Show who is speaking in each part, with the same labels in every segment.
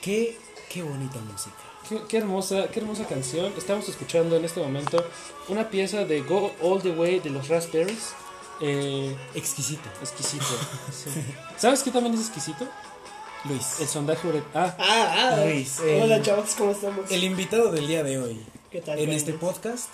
Speaker 1: Qué, qué bonita música.
Speaker 2: Qué, qué hermosa, qué hermosa canción. Estamos escuchando en este momento una pieza de Go All the Way de los Raspberries. Eh,
Speaker 1: Exquisita.
Speaker 2: exquisito. sí. ¿Sabes qué también es exquisito? El
Speaker 1: Luis.
Speaker 2: sondaje ure- Ah,
Speaker 3: Ah, ah,
Speaker 1: Luis,
Speaker 3: eh, Hola
Speaker 1: el-
Speaker 3: chavos, ¿cómo estamos?
Speaker 1: El invitado del día de hoy
Speaker 3: ¿Qué tal?
Speaker 1: en
Speaker 3: cariño?
Speaker 1: este podcast.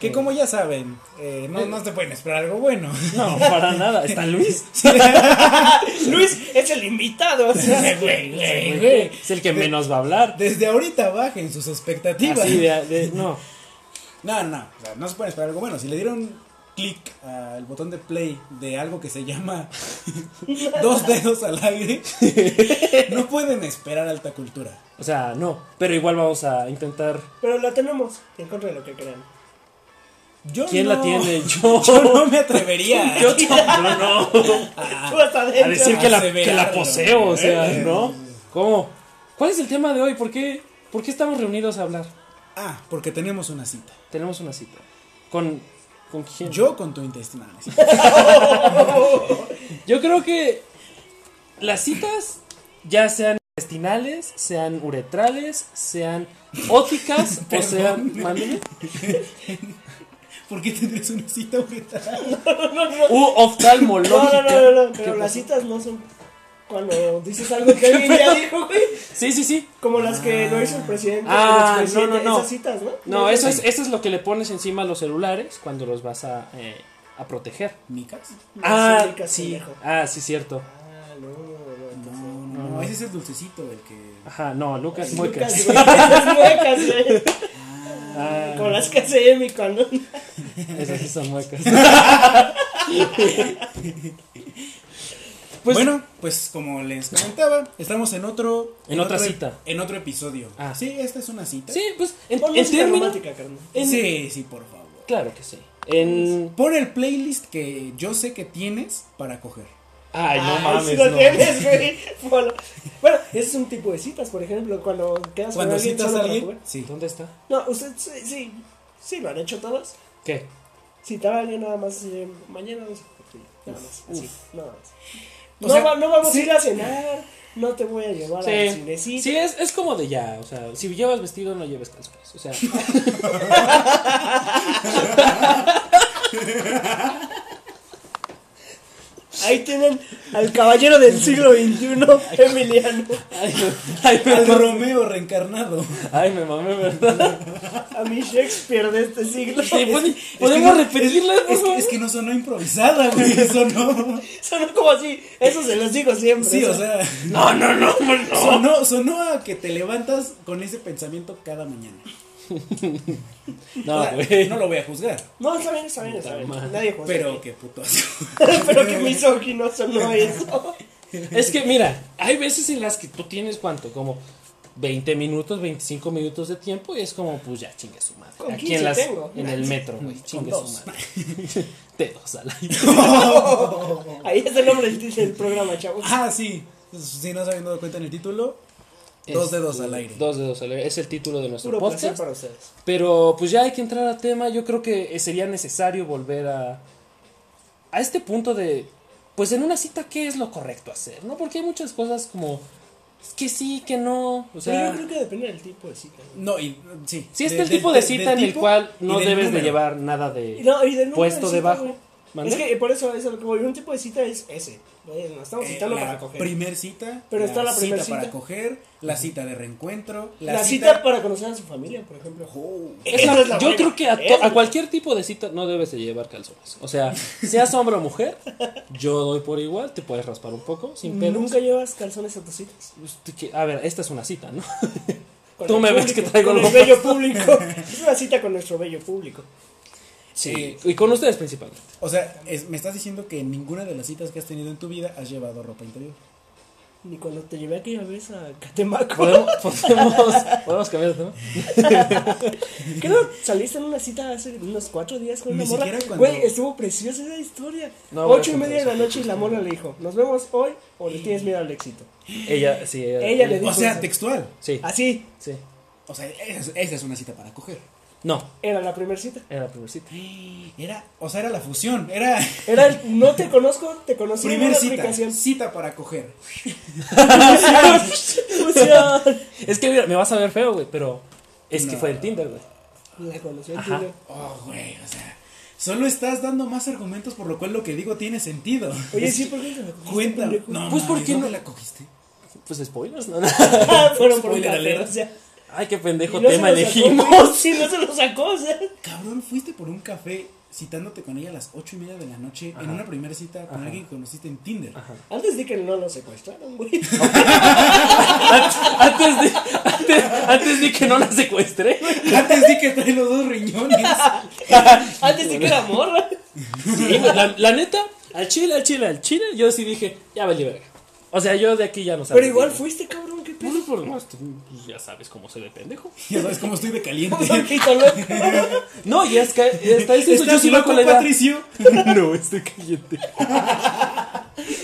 Speaker 1: Que como ya saben, eh, no, no se pueden esperar algo bueno.
Speaker 2: no, para nada. ¿Está Luis?
Speaker 3: Luis es el invitado. o sea,
Speaker 1: Güey, güey, güey.
Speaker 2: Es el que menos va a hablar.
Speaker 1: Desde ahorita bajen sus expectativas.
Speaker 2: Así de- de- no.
Speaker 1: No, no, no. O sea, no se pueden esperar algo bueno. Si le dieron clic al botón de play de algo que se llama dos dedos al aire, no pueden esperar alta cultura.
Speaker 2: O sea, no. Pero igual vamos a intentar.
Speaker 3: Pero la tenemos, en contra de lo que crean.
Speaker 1: Yo
Speaker 2: ¿Quién
Speaker 1: no-
Speaker 2: la tiene? Yo.
Speaker 1: Yo no me atrevería. Ah,
Speaker 2: Yo no, no.
Speaker 3: Tú hasta adentro.
Speaker 2: Ah, A decir que la, que la
Speaker 1: Aseverarlo,
Speaker 2: poseo, o sea,
Speaker 1: ¿eh?
Speaker 2: ¿no? ¿Cómo? ¿Cuál es el tema de hoy? ¿Por qué, por qué estamos reunidos a hablar?
Speaker 1: Ah, porque tenemos una cita.
Speaker 2: Tenemos una cita. ¿Con, con quién?
Speaker 1: Yo con tu intestinal.
Speaker 2: Yo creo que las citas, ya sean intestinales, sean uretrales, sean óticas, o sean. mándeme,
Speaker 1: ¿Por qué tendrías una cita uretral?
Speaker 2: u
Speaker 3: No, no,
Speaker 2: oftalmológica.
Speaker 3: no, no, no, pero
Speaker 2: ¿Qué
Speaker 3: las
Speaker 2: pasó?
Speaker 3: citas no son cuando dices algo que alguien ya dijo, güey.
Speaker 2: Sí, sí, sí.
Speaker 3: Como las que no hizo el presidente.
Speaker 2: Ah,
Speaker 3: el expresidente,
Speaker 2: no, no, no.
Speaker 3: Esas citas, ¿no?
Speaker 2: No, eso es, eso es lo que le pones encima a los celulares cuando los vas a, eh, a proteger.
Speaker 1: ¿Micas?
Speaker 3: Las
Speaker 2: Ah,
Speaker 3: únicas,
Speaker 2: sí.
Speaker 3: pendejo.
Speaker 2: Ah, sí, cierto.
Speaker 3: Ah, no, no,
Speaker 1: No,
Speaker 3: entonces-
Speaker 1: no, no. Ese es el dulcecito, el que.
Speaker 2: Ajá, no, Lucas Muecas.
Speaker 3: Muecas, güey, esas muecas, güey.
Speaker 2: Ah,
Speaker 3: Con las que hace Emi cuando.
Speaker 2: esas sí son muecas.
Speaker 1: Pues,
Speaker 2: Pues-
Speaker 1: bueno, pues como les comentaba, estamos en otro.
Speaker 2: En otra
Speaker 1: otro e-
Speaker 2: cita.
Speaker 1: En otro episodio.
Speaker 2: Ah.
Speaker 1: Sí, esta es una cita.
Speaker 2: Sí, pues en,
Speaker 3: Pon
Speaker 2: en
Speaker 3: música
Speaker 2: términos-
Speaker 3: romántica, carnal.
Speaker 2: en-
Speaker 1: sí, sí, por favor.
Speaker 2: Claro que sí. En.
Speaker 1: Pon el playlist que yo sé que tienes para coger.
Speaker 2: Ay, no
Speaker 3: Ay,
Speaker 2: mames.
Speaker 3: sí lo
Speaker 2: no.
Speaker 3: tienes, güey. Bueno, bueno, ese es un tipo de citas, por ejemplo, cuando quedas con
Speaker 1: Cuando
Speaker 3: alguien
Speaker 1: citas
Speaker 3: solo
Speaker 1: a
Speaker 3: para
Speaker 1: alguien.
Speaker 3: jugar.
Speaker 1: Sí.
Speaker 2: ¿Dónde está?
Speaker 3: No, usted sí, sí, sí, lo han hecho todos.
Speaker 2: ¿Qué?
Speaker 3: Citar a alguien nada más eh, mañana, no sé, nada más, así, nada más.
Speaker 1: O
Speaker 3: no,
Speaker 1: sea,
Speaker 3: va- no vamos
Speaker 1: sí.
Speaker 3: a ir a cenar, no te voy a llevar al
Speaker 2: Sí,
Speaker 3: cinecito.
Speaker 2: sí es, es como de ya. O sea, si llevas vestido, no lleves calzones. O sea,
Speaker 3: Ahí tienen al caballero del siglo XXI, Emiliano.
Speaker 2: ay, me- ay, me
Speaker 1: Al
Speaker 2: mamé,
Speaker 1: Romeo reencarnado.
Speaker 2: ay, me mamé, ¿verdad?
Speaker 3: A mi Shakespeare de este siglo.
Speaker 2: Sí, pon-
Speaker 1: no-
Speaker 2: ¿Podemos repetirla? por
Speaker 1: Es que,
Speaker 2: favor?
Speaker 1: es que no sonó improvisada, güey. Sonó.
Speaker 3: Sonó como así, eso se los digo siempre.
Speaker 1: Sí, o sea.
Speaker 2: No, no, no, no.
Speaker 1: Sonó, sonó a que te levantas con ese pensamiento cada mañana. O
Speaker 2: No,
Speaker 1: sea,
Speaker 2: güey. Pues
Speaker 1: no lo voy a juzgar.
Speaker 3: No, está bien, está bien, está bien.
Speaker 2: madre.
Speaker 3: Nadie juzga.
Speaker 1: Pero qué puto.
Speaker 3: Pero que misógino sonó eso.
Speaker 2: Es que mira, hay veces en las que tú tienes cuánto, como 20 minutos, 25 minutos de tiempo y es como, pues ya chingue su madre.
Speaker 3: Con
Speaker 2: Aquí
Speaker 3: 15
Speaker 2: en, las,
Speaker 3: tengo.
Speaker 2: en el metro, güey, chingue su
Speaker 1: dos.
Speaker 2: madre. Te dos al aire.
Speaker 3: Ahí es el nombre del- del programa, chavos.
Speaker 1: Ah, sí. Si no se habían dado cuenta en el título, dos
Speaker 2: Es-
Speaker 1: dedos al aire.
Speaker 2: Este, Dos dedos al aire, es el título de nuestro
Speaker 3: Puro placer
Speaker 2: podcast.
Speaker 3: para ustedes.
Speaker 2: Pero pues ya hay que entrar a tema, yo creo que eh, sería necesario volver a, a este punto de, pues en una cita, ¿qué es lo correcto hacer? ¿No? Porque hay muchas cosas como, que sí, que no, o
Speaker 3: Pero
Speaker 2: sea...
Speaker 3: yo creo que depende del tipo de cita. ¿no?
Speaker 1: No, y sí.
Speaker 2: Si es el tipo de cita en el
Speaker 1: tipo
Speaker 2: cual
Speaker 1: y
Speaker 2: no
Speaker 1: del
Speaker 2: debes de
Speaker 1: número.
Speaker 2: llevar nada de
Speaker 3: Y No, y
Speaker 2: eh,
Speaker 3: del número de
Speaker 2: puesto
Speaker 3: cita,
Speaker 2: debajo.
Speaker 3: güey.
Speaker 2: ¿Mande?
Speaker 3: Es que eh, por eso es lo que voy. Un tipo de cita es ese. Eh, Nos estamos
Speaker 1: Eh,
Speaker 3: citando
Speaker 1: la
Speaker 3: para coger.
Speaker 1: Primer cita.
Speaker 3: Pero está la primer
Speaker 1: cita. para
Speaker 3: cita.
Speaker 1: coger, la cita de reencuentro,
Speaker 3: La,
Speaker 1: la,
Speaker 3: cita... para conocer a su familia, por ejemplo.
Speaker 1: Oh.
Speaker 2: Es la-
Speaker 3: Esa es la
Speaker 2: yo
Speaker 3: buena.
Speaker 2: creo que a, to-
Speaker 3: Es-
Speaker 2: a cualquier tipo de cita no debes de llevar calzones. O sea, seas hombre o mujer, yo doy por igual, te puedes raspar un poco, sin pelos.
Speaker 3: Nunca llevas calzones a tus citas.
Speaker 2: Usted que- A ver, esta es una cita, ¿no?
Speaker 3: Con
Speaker 2: Tú
Speaker 3: el
Speaker 2: me ves que traigo
Speaker 3: con el
Speaker 2: algo
Speaker 3: bello público. es una cita con nuestro bello público.
Speaker 2: Sí. Eh, Y con ustedes principalmente.
Speaker 1: O sea, es- me estás diciendo que en ninguna de las citas que has tenido en tu vida has llevado ropa interior.
Speaker 3: Ni cuando te llevé aquella vez a Catemaco.
Speaker 2: Podemos, podemos, podemos cambiar de tema.
Speaker 3: Creo que saliste en una cita hace unos cuatro días con una
Speaker 1: Ni
Speaker 3: morra.
Speaker 1: siquiera cuando-
Speaker 3: Güey, estuvo preciosa esa historia.
Speaker 2: No, voy a
Speaker 3: Ocho y
Speaker 2: contar
Speaker 3: media de la
Speaker 2: esa
Speaker 3: noche y la morra le dijo, nos vemos hoy o le tienes miedo al éxito.
Speaker 2: Ella, sí.
Speaker 3: Ella le
Speaker 1: O
Speaker 3: dijo Ah,
Speaker 1: sea,
Speaker 3: eso.
Speaker 1: textual.
Speaker 2: Sí,
Speaker 3: Así.
Speaker 2: sí.
Speaker 1: O sea, esa, es- esa es una cita para coger.
Speaker 2: No,
Speaker 3: Era la primera cita.
Speaker 2: era la primera cita.
Speaker 1: Era, o sea, era la fusión. Era
Speaker 3: Era el no te conozco, te conocí en
Speaker 1: primer
Speaker 3: una
Speaker 1: cita.
Speaker 3: aplicación.
Speaker 1: Cita para coger.
Speaker 3: Fusión.
Speaker 2: Es que mira, me vas a ver feo, güey, pero es que fue el Tinder, güey.
Speaker 3: La conocí en
Speaker 2: Ajá.
Speaker 3: Tinder.
Speaker 1: Oh, güey, o sea. Solo estás dando más argumentos por lo cual lo que digo tiene sentido.
Speaker 3: Oye, sí, ¿por qué te la cogiste,
Speaker 1: Cuéntame.
Speaker 3: pendejo?
Speaker 1: No,
Speaker 2: Pues, ¿por
Speaker 1: mames,
Speaker 2: qué
Speaker 1: ¿dónde
Speaker 2: no?
Speaker 1: la cogiste?
Speaker 2: Pues spoilers, ¿no?
Speaker 3: Ah, Fueron por un
Speaker 1: Spoiler
Speaker 3: café,
Speaker 1: alert.
Speaker 3: o sea,
Speaker 2: Ay, qué pendejo
Speaker 3: y no se
Speaker 2: tema
Speaker 3: lo sacó,
Speaker 2: elegimos.
Speaker 3: Sí, no se lo sacó, o sea.
Speaker 1: Cabrón, fuiste por un café citándote con ella a las ocho y media de la noche en una primera cita con
Speaker 2: Ajá.
Speaker 1: alguien que conociste en Tinder.
Speaker 3: Antes de que no lo secuestraron, güey.
Speaker 2: Antes de, antes, antes de que no la secuestré.
Speaker 1: Antes di que trae los dos riñones.
Speaker 3: Antes de que era morra.
Speaker 2: Sí, güey, la, la neta, al chile, al chile, al chile, yo sí dije, ya valí verga. O sea, yo de aquí ya no sabía.
Speaker 3: Pero igual fuiste, cabrón, qué pedo.
Speaker 2: Pues, por- no, este, pues, ya sabes cómo se ve pendejo.
Speaker 1: Ya sabes cómo estoy de
Speaker 3: Un
Speaker 1: caliente.
Speaker 3: poquito loco.
Speaker 2: No, y es que hasta eso
Speaker 1: ¿Estás
Speaker 2: yo sí
Speaker 1: loco,
Speaker 2: loco la idea.
Speaker 1: Patricio?
Speaker 2: No, estoy caliente.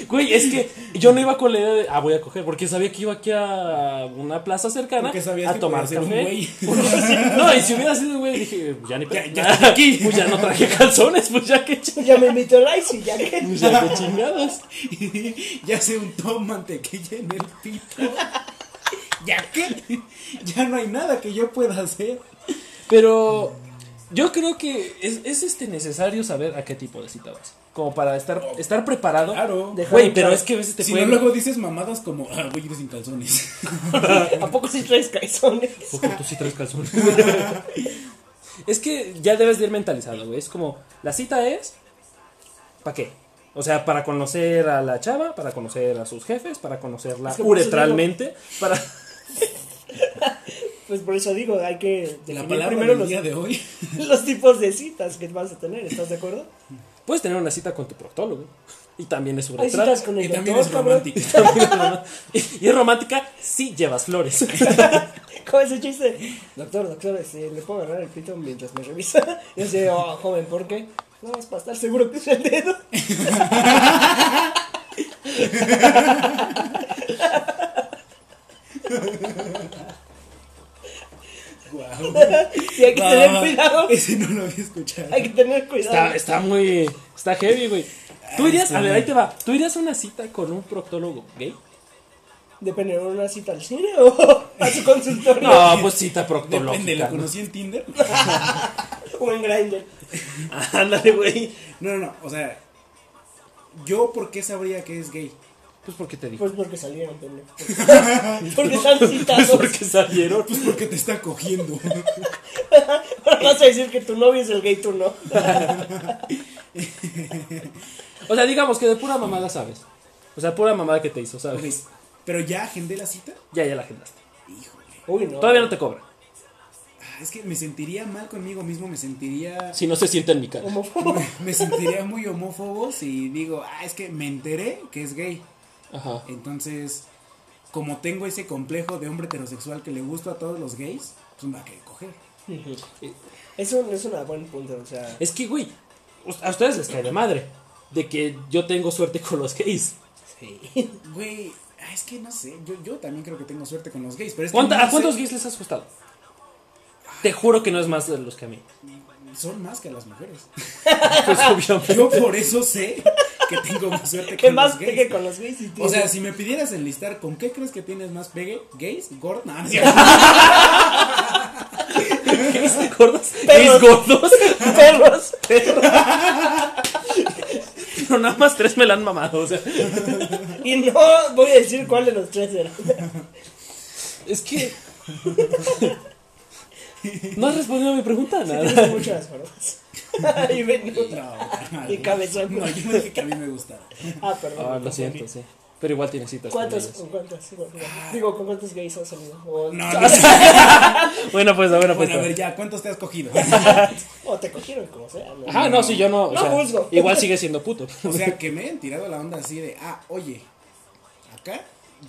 Speaker 2: Güey, es que yo no iba con la idea de, ah, voy a coger, porque sabía que iba aquí a una plaza cercana
Speaker 1: Porque sabías
Speaker 2: a
Speaker 1: que
Speaker 2: tomar
Speaker 1: podía ser un
Speaker 2: café.
Speaker 1: güey.
Speaker 2: No, y si hubiera sido un güey, dije, "Pues ya ni
Speaker 1: Ya-
Speaker 2: pedo.
Speaker 1: ya estoy aquí.
Speaker 2: Pues ya no traje calzones, pues ya que ch-
Speaker 3: Ya me invitó el Ice y ya que.
Speaker 2: pues ya que chingados.
Speaker 1: ya se untó mantequilla en el pito. ¿Ya qué? Ya no hay nada que yo pueda hacer.
Speaker 2: Pero yo creo que es, es, este necesario saber a qué tipo de cita vas. Como para estar, estar preparado.
Speaker 1: Claro.
Speaker 3: Dejar
Speaker 2: Güey,
Speaker 3: en
Speaker 2: pero
Speaker 3: claro.
Speaker 2: es que a veces te
Speaker 1: si no,
Speaker 2: pueden.
Speaker 1: luego dices mamadas como, ah, voy a ir sin calzones.
Speaker 3: ¿A poco sí traes calzones?
Speaker 2: Porque tú sí traes calzones. es que ya debes de ir mentalizado, güey. Es como, la cita es. ¿Para qué? O sea, para conocer a la chava, para conocer a sus jefes, para conocerla
Speaker 3: Es que por eso
Speaker 2: uretralmente, para.
Speaker 3: Pues por eso digo, hay que
Speaker 1: La
Speaker 3: definir
Speaker 1: palabra
Speaker 3: primero
Speaker 1: del
Speaker 3: los,
Speaker 1: día de hoy.
Speaker 3: los tipos de citas que vas a tener, ¿estás de acuerdo?
Speaker 2: Puedes tener una cita con tu proctólogo. Y también es
Speaker 3: Hay
Speaker 2: uretral.
Speaker 3: citas con el
Speaker 1: Y también
Speaker 3: doctor,
Speaker 1: es
Speaker 3: cabrón.
Speaker 1: romántica.
Speaker 2: y es romántica si llevas flores.
Speaker 3: ¿Cómo es el chiste? Doctor, doctor, este, ¿le puedo agarrar el pito mientras me revisa? Y dice, oh, joven, ¿por qué? No, es para estar seguro que es el dedo.
Speaker 1: Guau.
Speaker 3: Y hay que tener
Speaker 1: Guau.
Speaker 3: cuidado.
Speaker 1: Ese no lo había escuchado.
Speaker 3: Hay que tener cuidado.
Speaker 2: Está, está muy. Está heavy, güey. Tú
Speaker 1: Ay,
Speaker 2: irías.
Speaker 1: sí.
Speaker 2: A ver, ahí te va. Tú irías a una cita con un proctólogo gay.
Speaker 3: Depende de una cita al cine o a su consultorio.
Speaker 2: No, pues cita
Speaker 1: Depende,
Speaker 2: proctológica.
Speaker 1: ¿lo
Speaker 2: ¿no?
Speaker 1: conocí en Tinder?
Speaker 3: O en Grindr.
Speaker 2: Ándale, güey.
Speaker 1: No, no, no, o sea, ¿yo por qué sabría que es gay?
Speaker 2: Pues porque te dijo.
Speaker 3: Pues porque salieron, pendejo. Porque están citados.
Speaker 2: Pues porque salieron.
Speaker 1: Pues porque te está cogiendo.
Speaker 3: Ahora vas a decir que tu novio es el gay, tú no.
Speaker 2: O sea, digamos que de pura mamada sabes. O sea, pura mamada que te hizo, ¿sabes?
Speaker 1: Pues, Pero ya agendé la cita.
Speaker 2: Ya, ya la agendaste.
Speaker 1: Híjole.
Speaker 3: Uy, no.
Speaker 2: Todavía no te cobra.
Speaker 1: Ah, Es que me sentiría mal conmigo mismo, me sentiría.
Speaker 2: Si no se siente en mi cara.
Speaker 3: Homófobo.
Speaker 1: Me sentiría muy homófobo si digo, ah, es que me enteré que es gay.
Speaker 2: Ajá.
Speaker 1: Entonces, como tengo ese complejo de hombre heterosexual que le gusta a todos los gays, pues me va a querer coger.
Speaker 3: Es un, es una buen punto, o sea.
Speaker 2: Es que, güey. A ustedes les cae de madre. De que yo tengo suerte con los gays.
Speaker 3: Sí.
Speaker 1: Güey, ah, es que no sé, yo, yo también creo que tengo suerte con los gays, pero es que
Speaker 2: ¿Cuánta-
Speaker 1: no
Speaker 2: ¿A cuántos
Speaker 1: sé,
Speaker 2: gays les has gustado? Te juro que no es más de los que a mí.
Speaker 1: son más que a las mujeres.
Speaker 2: Pues obviamente.
Speaker 1: Yo por eso sé que tengo más suerte
Speaker 3: ¿Qué
Speaker 1: con
Speaker 3: más
Speaker 1: los
Speaker 3: que
Speaker 1: gays.
Speaker 3: que con los gays? y
Speaker 1: O sea,
Speaker 3: tú-
Speaker 1: si me pidieras enlistar, ¿con qué crees que tienes más pegue? ¿Gays? ¿Gord? No, no es cierto.
Speaker 2: ¿Gays gordos? ¿Gays
Speaker 3: Perros.
Speaker 2: gordos?
Speaker 3: perros.
Speaker 2: Pero nada más tres me la han mamado. O sea,
Speaker 3: Y no voy a decir cuál de los tres era.
Speaker 2: es que. No has respondido a mi pregunta, nada.
Speaker 3: Tienes muchas formas. y menudo.
Speaker 1: No, carnal.
Speaker 3: Y cabezón.
Speaker 1: No, yo no dije que a mí me gustara.
Speaker 3: Ah, perdón.
Speaker 2: Ah,
Speaker 3: me
Speaker 2: lo siento,
Speaker 3: confundí.
Speaker 2: sí. Pero igual tiene citas. con
Speaker 3: ¿Cuántos?
Speaker 2: ellos.
Speaker 3: ¿Con cuántos? Digo, digo, digo, ¿con cuántos gays has salido? O,
Speaker 1: No, no sé.
Speaker 2: Bueno, pues, bueno, pues.
Speaker 1: Bueno, a ver, ya, ¿cuántos te has cogido?
Speaker 3: o te cogieron, como sea. ¿no?
Speaker 2: Ajá, no, sí, yo no. o
Speaker 3: No
Speaker 2: sea,
Speaker 3: juzgo.
Speaker 2: Igual sigue siendo puto.
Speaker 1: O sea, que me han tirado la onda así de, ah, oye, acá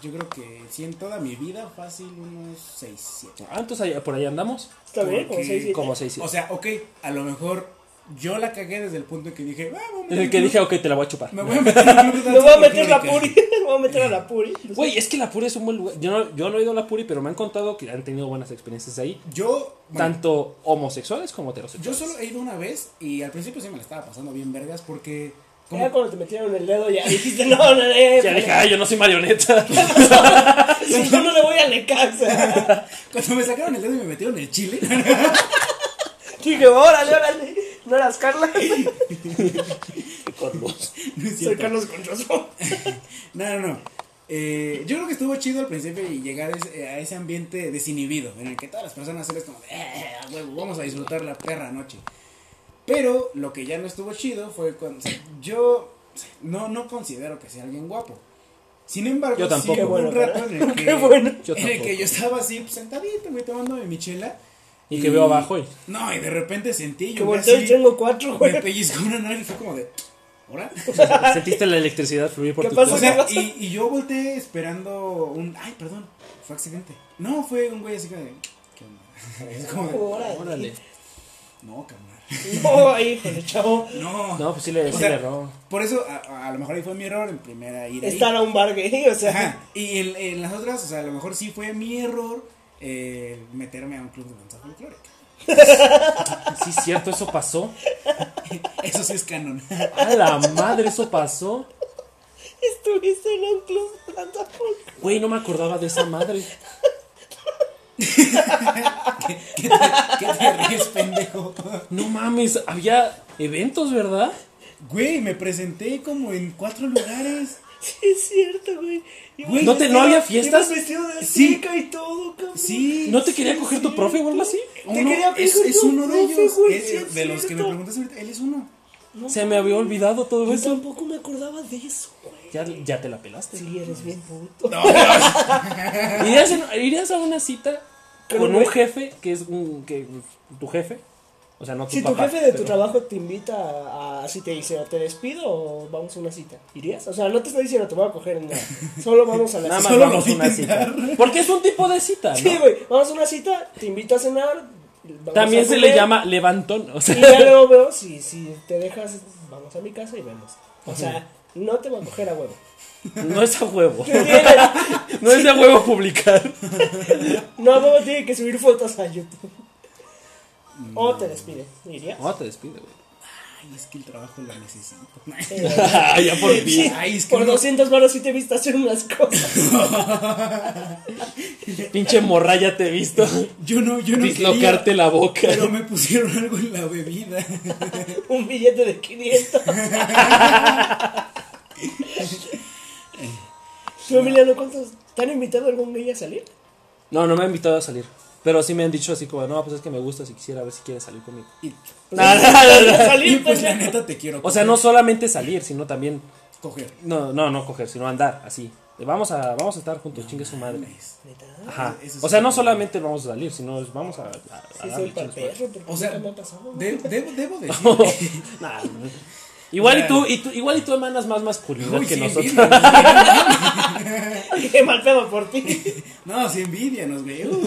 Speaker 1: yo creo que sí en toda mi vida fácil unos 6, 7.
Speaker 2: Ah, entonces ahí- por ahí andamos.
Speaker 3: Está bien, como
Speaker 1: porque-
Speaker 3: seis. siete.
Speaker 2: Como seis.
Speaker 1: O sea, ok, a lo mejor Yo la cagué desde el punto en que dije, "Ah, voy a meter
Speaker 2: En el que
Speaker 1: un
Speaker 2: dije,
Speaker 1: club-
Speaker 2: ok, te la voy a chupar.
Speaker 1: me voy a meter en un club de
Speaker 3: Me voy a
Speaker 1: danza
Speaker 3: meter la
Speaker 1: folclórica".
Speaker 3: puri. Me voy a meter a la puri.
Speaker 2: Güey, es que la Puri es un buen lugar. Yo no, yo no he ido a la Puri, pero me han contado que han tenido buenas experiencias ahí.
Speaker 1: Yo, bueno,
Speaker 2: Tanto homosexuales como heterosexuales.
Speaker 1: yo solo he ido una vez y al principio sí me la estaba pasando bien vergas porque
Speaker 3: Eh,
Speaker 1: como
Speaker 3: Ya cuando te metieron el dedo ya dijiste, no, no, eh,
Speaker 2: Ya dije, ay, yo no soy marioneta.
Speaker 3: si yo no le voy a Necaxa.
Speaker 1: cuando me sacaron el dedo y me metieron el chile,
Speaker 3: Dije, órale, órale. ¿No eras Carla?
Speaker 2: Carlos.
Speaker 1: no es
Speaker 3: Soy
Speaker 1: cierto.
Speaker 3: Carlos Contrasmo.
Speaker 1: No, no, no. Eh, yo creo que estuvo chido al principio y llegar a ese- a ese ambiente desinhibido, en el que todas las personas eres como, de, "Eh, a huevo, vamos a disfrutar la perra noche. Pero lo que ya no estuvo chido fue cuando o sea, yo o sea, no, no considero que sea alguien guapo. Sin embargo,
Speaker 2: Yo tampoco.
Speaker 1: sí hubo
Speaker 3: Qué
Speaker 1: un
Speaker 3: bueno,
Speaker 1: rato en el que,
Speaker 3: Qué bueno.
Speaker 2: Yo
Speaker 1: en el
Speaker 2: tampoco.
Speaker 1: que yo estaba así pues, sentadito, güey, tomándome mi chela.
Speaker 2: Y que veo abajo y-
Speaker 1: No, y de repente sentí
Speaker 3: Que
Speaker 1: yo me
Speaker 3: volteo y
Speaker 1: así,
Speaker 3: tengo cuatro, güey.
Speaker 1: me pellizcó una nariz y fue como de, ¿hora?
Speaker 2: Sentiste la electricidad fluir por
Speaker 3: ¿Qué
Speaker 2: tu
Speaker 3: pasa?
Speaker 1: O
Speaker 2: cuerpo.
Speaker 1: sea, y, y yo volteé esperando un. Ay, perdón, fue accidente. No, fue un güey así como de. ¿Qué onda? Es como de.
Speaker 2: Órale.
Speaker 1: No, carnal.
Speaker 3: No, híjole, chavo.
Speaker 1: No.
Speaker 2: No, pues sí le,
Speaker 1: O
Speaker 2: sí
Speaker 1: sea,
Speaker 2: le erró.
Speaker 1: Por eso, a, a lo mejor ahí fue mi error en primera ida. ahí.
Speaker 3: Estar a un bar gay, o sea.
Speaker 1: Ajá. Y en, en las otras, o sea, a lo mejor sí fue mi error eh, meterme a un club de danza folclórica.
Speaker 2: Sí, es cierto, eso pasó.
Speaker 1: Eso sí es canon.
Speaker 2: A la madre, eso pasó.
Speaker 3: Estuviste en un club de danza folk.
Speaker 2: Güey, no me acordaba de esa madre.
Speaker 1: ¿Qué te, qué te ríes, pendejo?
Speaker 2: No mames, había eventos, ¿verdad?
Speaker 1: Güey, me presenté como en cuatro lugares.
Speaker 3: Sí, es cierto, güey. Ibas
Speaker 1: Güey, ¿no
Speaker 2: te- no
Speaker 3: vestido-
Speaker 2: había fiestas?
Speaker 3: ibas vestido de
Speaker 1: Sí.
Speaker 3: azteca y todo, cabrón.
Speaker 1: Sí.
Speaker 2: ¿No te quería coger tu profe o algo así?
Speaker 3: Te quería
Speaker 1: es,
Speaker 3: pedir
Speaker 1: es
Speaker 3: tu
Speaker 1: uno de
Speaker 3: profe,
Speaker 1: ellos.
Speaker 3: güey,
Speaker 1: es-
Speaker 3: sí es
Speaker 1: de los que me
Speaker 3: cierto.
Speaker 1: preguntas ahorita, él es uno.
Speaker 3: No,
Speaker 2: Se me había olvidado todo
Speaker 3: Yo
Speaker 2: eso.
Speaker 3: tampoco me acordaba de eso, güey.
Speaker 2: Ya, ya te la pelaste.
Speaker 3: Sí, eres bien puto.
Speaker 2: ¿Irías, en- irías a una cita
Speaker 3: Pero,
Speaker 2: con
Speaker 3: güey.
Speaker 2: un jefe que es un, que, tu jefe? O sea, no tu
Speaker 3: Si tu
Speaker 2: papá,
Speaker 3: jefe de tu
Speaker 2: pero-
Speaker 3: trabajo te invita a, a- si te dice o te despido o vamos a una cita, ¿irías? O sea, no te está diciendo te voy a coger ni nada. Solo vamos a la
Speaker 2: Nada
Speaker 3: cita.
Speaker 2: más
Speaker 1: Solo
Speaker 2: vamos a
Speaker 1: lo
Speaker 2: una cita. Porque es un tipo de cita, ¿no?
Speaker 3: Sí, güey, vamos a una cita, te invito a cenar. vamos
Speaker 2: También
Speaker 3: a
Speaker 2: se
Speaker 3: comer,
Speaker 2: le llama levantón. O sea,
Speaker 3: Y ya luego veo si, si te dejas, vamos a mi casa y vemos. O sea, no te va a coger a huevo.
Speaker 2: no es a huevo.
Speaker 3: Te tiene-
Speaker 2: No es de a huevo publicar.
Speaker 3: No, a huevo tiene que subir fotos a YouTube. O
Speaker 2: Mm.
Speaker 3: te despide, ¿irías?
Speaker 2: No, te despido, güey.
Speaker 1: Ay, es que el trabajo lo necesito.
Speaker 3: Eh,
Speaker 2: Ah, ya por fin.
Speaker 1: Ay, es que
Speaker 3: por
Speaker 1: uno-
Speaker 3: 200 baros sí te viste hacer unas cosas.
Speaker 2: Pinche morra, ya te he visto.
Speaker 1: yo no, yo no quería,
Speaker 2: Dislocarte la boca.
Speaker 1: pero me pusieron algo en la bebida.
Speaker 3: Un billete de 500. Tú, Emiliano, ¿cuántos? ¿Te han invitado algún día a salir?
Speaker 2: No, no me ha invitado a salir. Pero sí me han dicho así como, no, pues es que me gusta si quisiera a ver si quieres salir conmigo.
Speaker 1: Y,
Speaker 2: No, no, no, no.
Speaker 1: y
Speaker 3: Salir,
Speaker 1: pues la
Speaker 3: pues,
Speaker 1: neta te quiero
Speaker 2: O sea, no solamente salir, sino también.
Speaker 1: coger.
Speaker 2: No, no, no coger, sino andar así. De Vamos a, vamos a estar juntos, chingue su madre.
Speaker 1: Mames.
Speaker 3: Neta,
Speaker 2: Ajá.
Speaker 1: Eso sí.
Speaker 2: O sea, no solamente vamos a salir, sino es- vamos a. a- a
Speaker 3: sí
Speaker 2: darle
Speaker 3: soy pa'l
Speaker 2: chingue su
Speaker 3: perro, porque
Speaker 1: Ah, O sea,
Speaker 3: nunca me ha pasado. güey.
Speaker 1: de- debo, debo decir.
Speaker 2: madre. Nah, no. Igual y tú, y tú, igual y tú emanas más masculinidad
Speaker 1: Uy,
Speaker 2: que
Speaker 1: sí
Speaker 2: nosotros.
Speaker 3: Qué mal pedo por ti.
Speaker 1: No, sí envidianos, güey. Uh,
Speaker 3: No,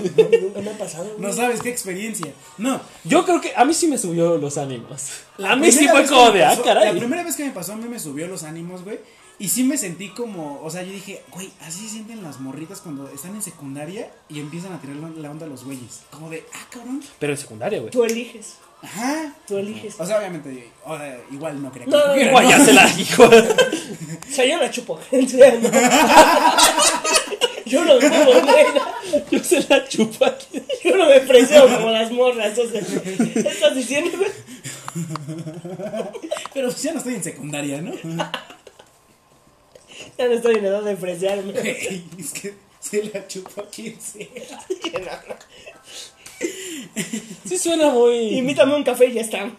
Speaker 3: nunca me ha pasado. güey.
Speaker 1: no sabes qué experiencia. No,
Speaker 2: Yo creo que a mí sí me subió los ánimos. a mí sí
Speaker 1: primera
Speaker 2: fue
Speaker 1: vez que
Speaker 2: como
Speaker 1: me
Speaker 2: de, ah,
Speaker 1: pasó- La
Speaker 2: caray.
Speaker 1: primera vez que me pasó a mí me subió los ánimos, güey. Y sí me sentí como, o sea, yo dije, güey, así se sienten las morritas cuando están en secundaria y empiezan a tirar la- la onda a los güeyes. Como de, ah, cabrón.
Speaker 2: Pero en secundaria, güey.
Speaker 3: Tú eliges.
Speaker 1: Ajá.
Speaker 3: Tú eliges.
Speaker 1: O sea, obviamente, o sea, igual no quería que
Speaker 3: No,
Speaker 1: me
Speaker 3: no,
Speaker 1: cogieran,
Speaker 2: Igual ya se la dijo.
Speaker 3: O sea, yo la chupo. o sea, no. Yo no como nena.
Speaker 2: Yo se la chupo aquí.
Speaker 3: Yo no me preseo como las morras. O sea, estás diciendo.
Speaker 1: Pero pues ya no estoy en secundaria, ¿no?
Speaker 3: Ya no estoy en edad de fresearme.
Speaker 1: Güey, es que se la chupa a quien sea.
Speaker 2: Sí suena muy.
Speaker 3: Invítame un café y ya estamos.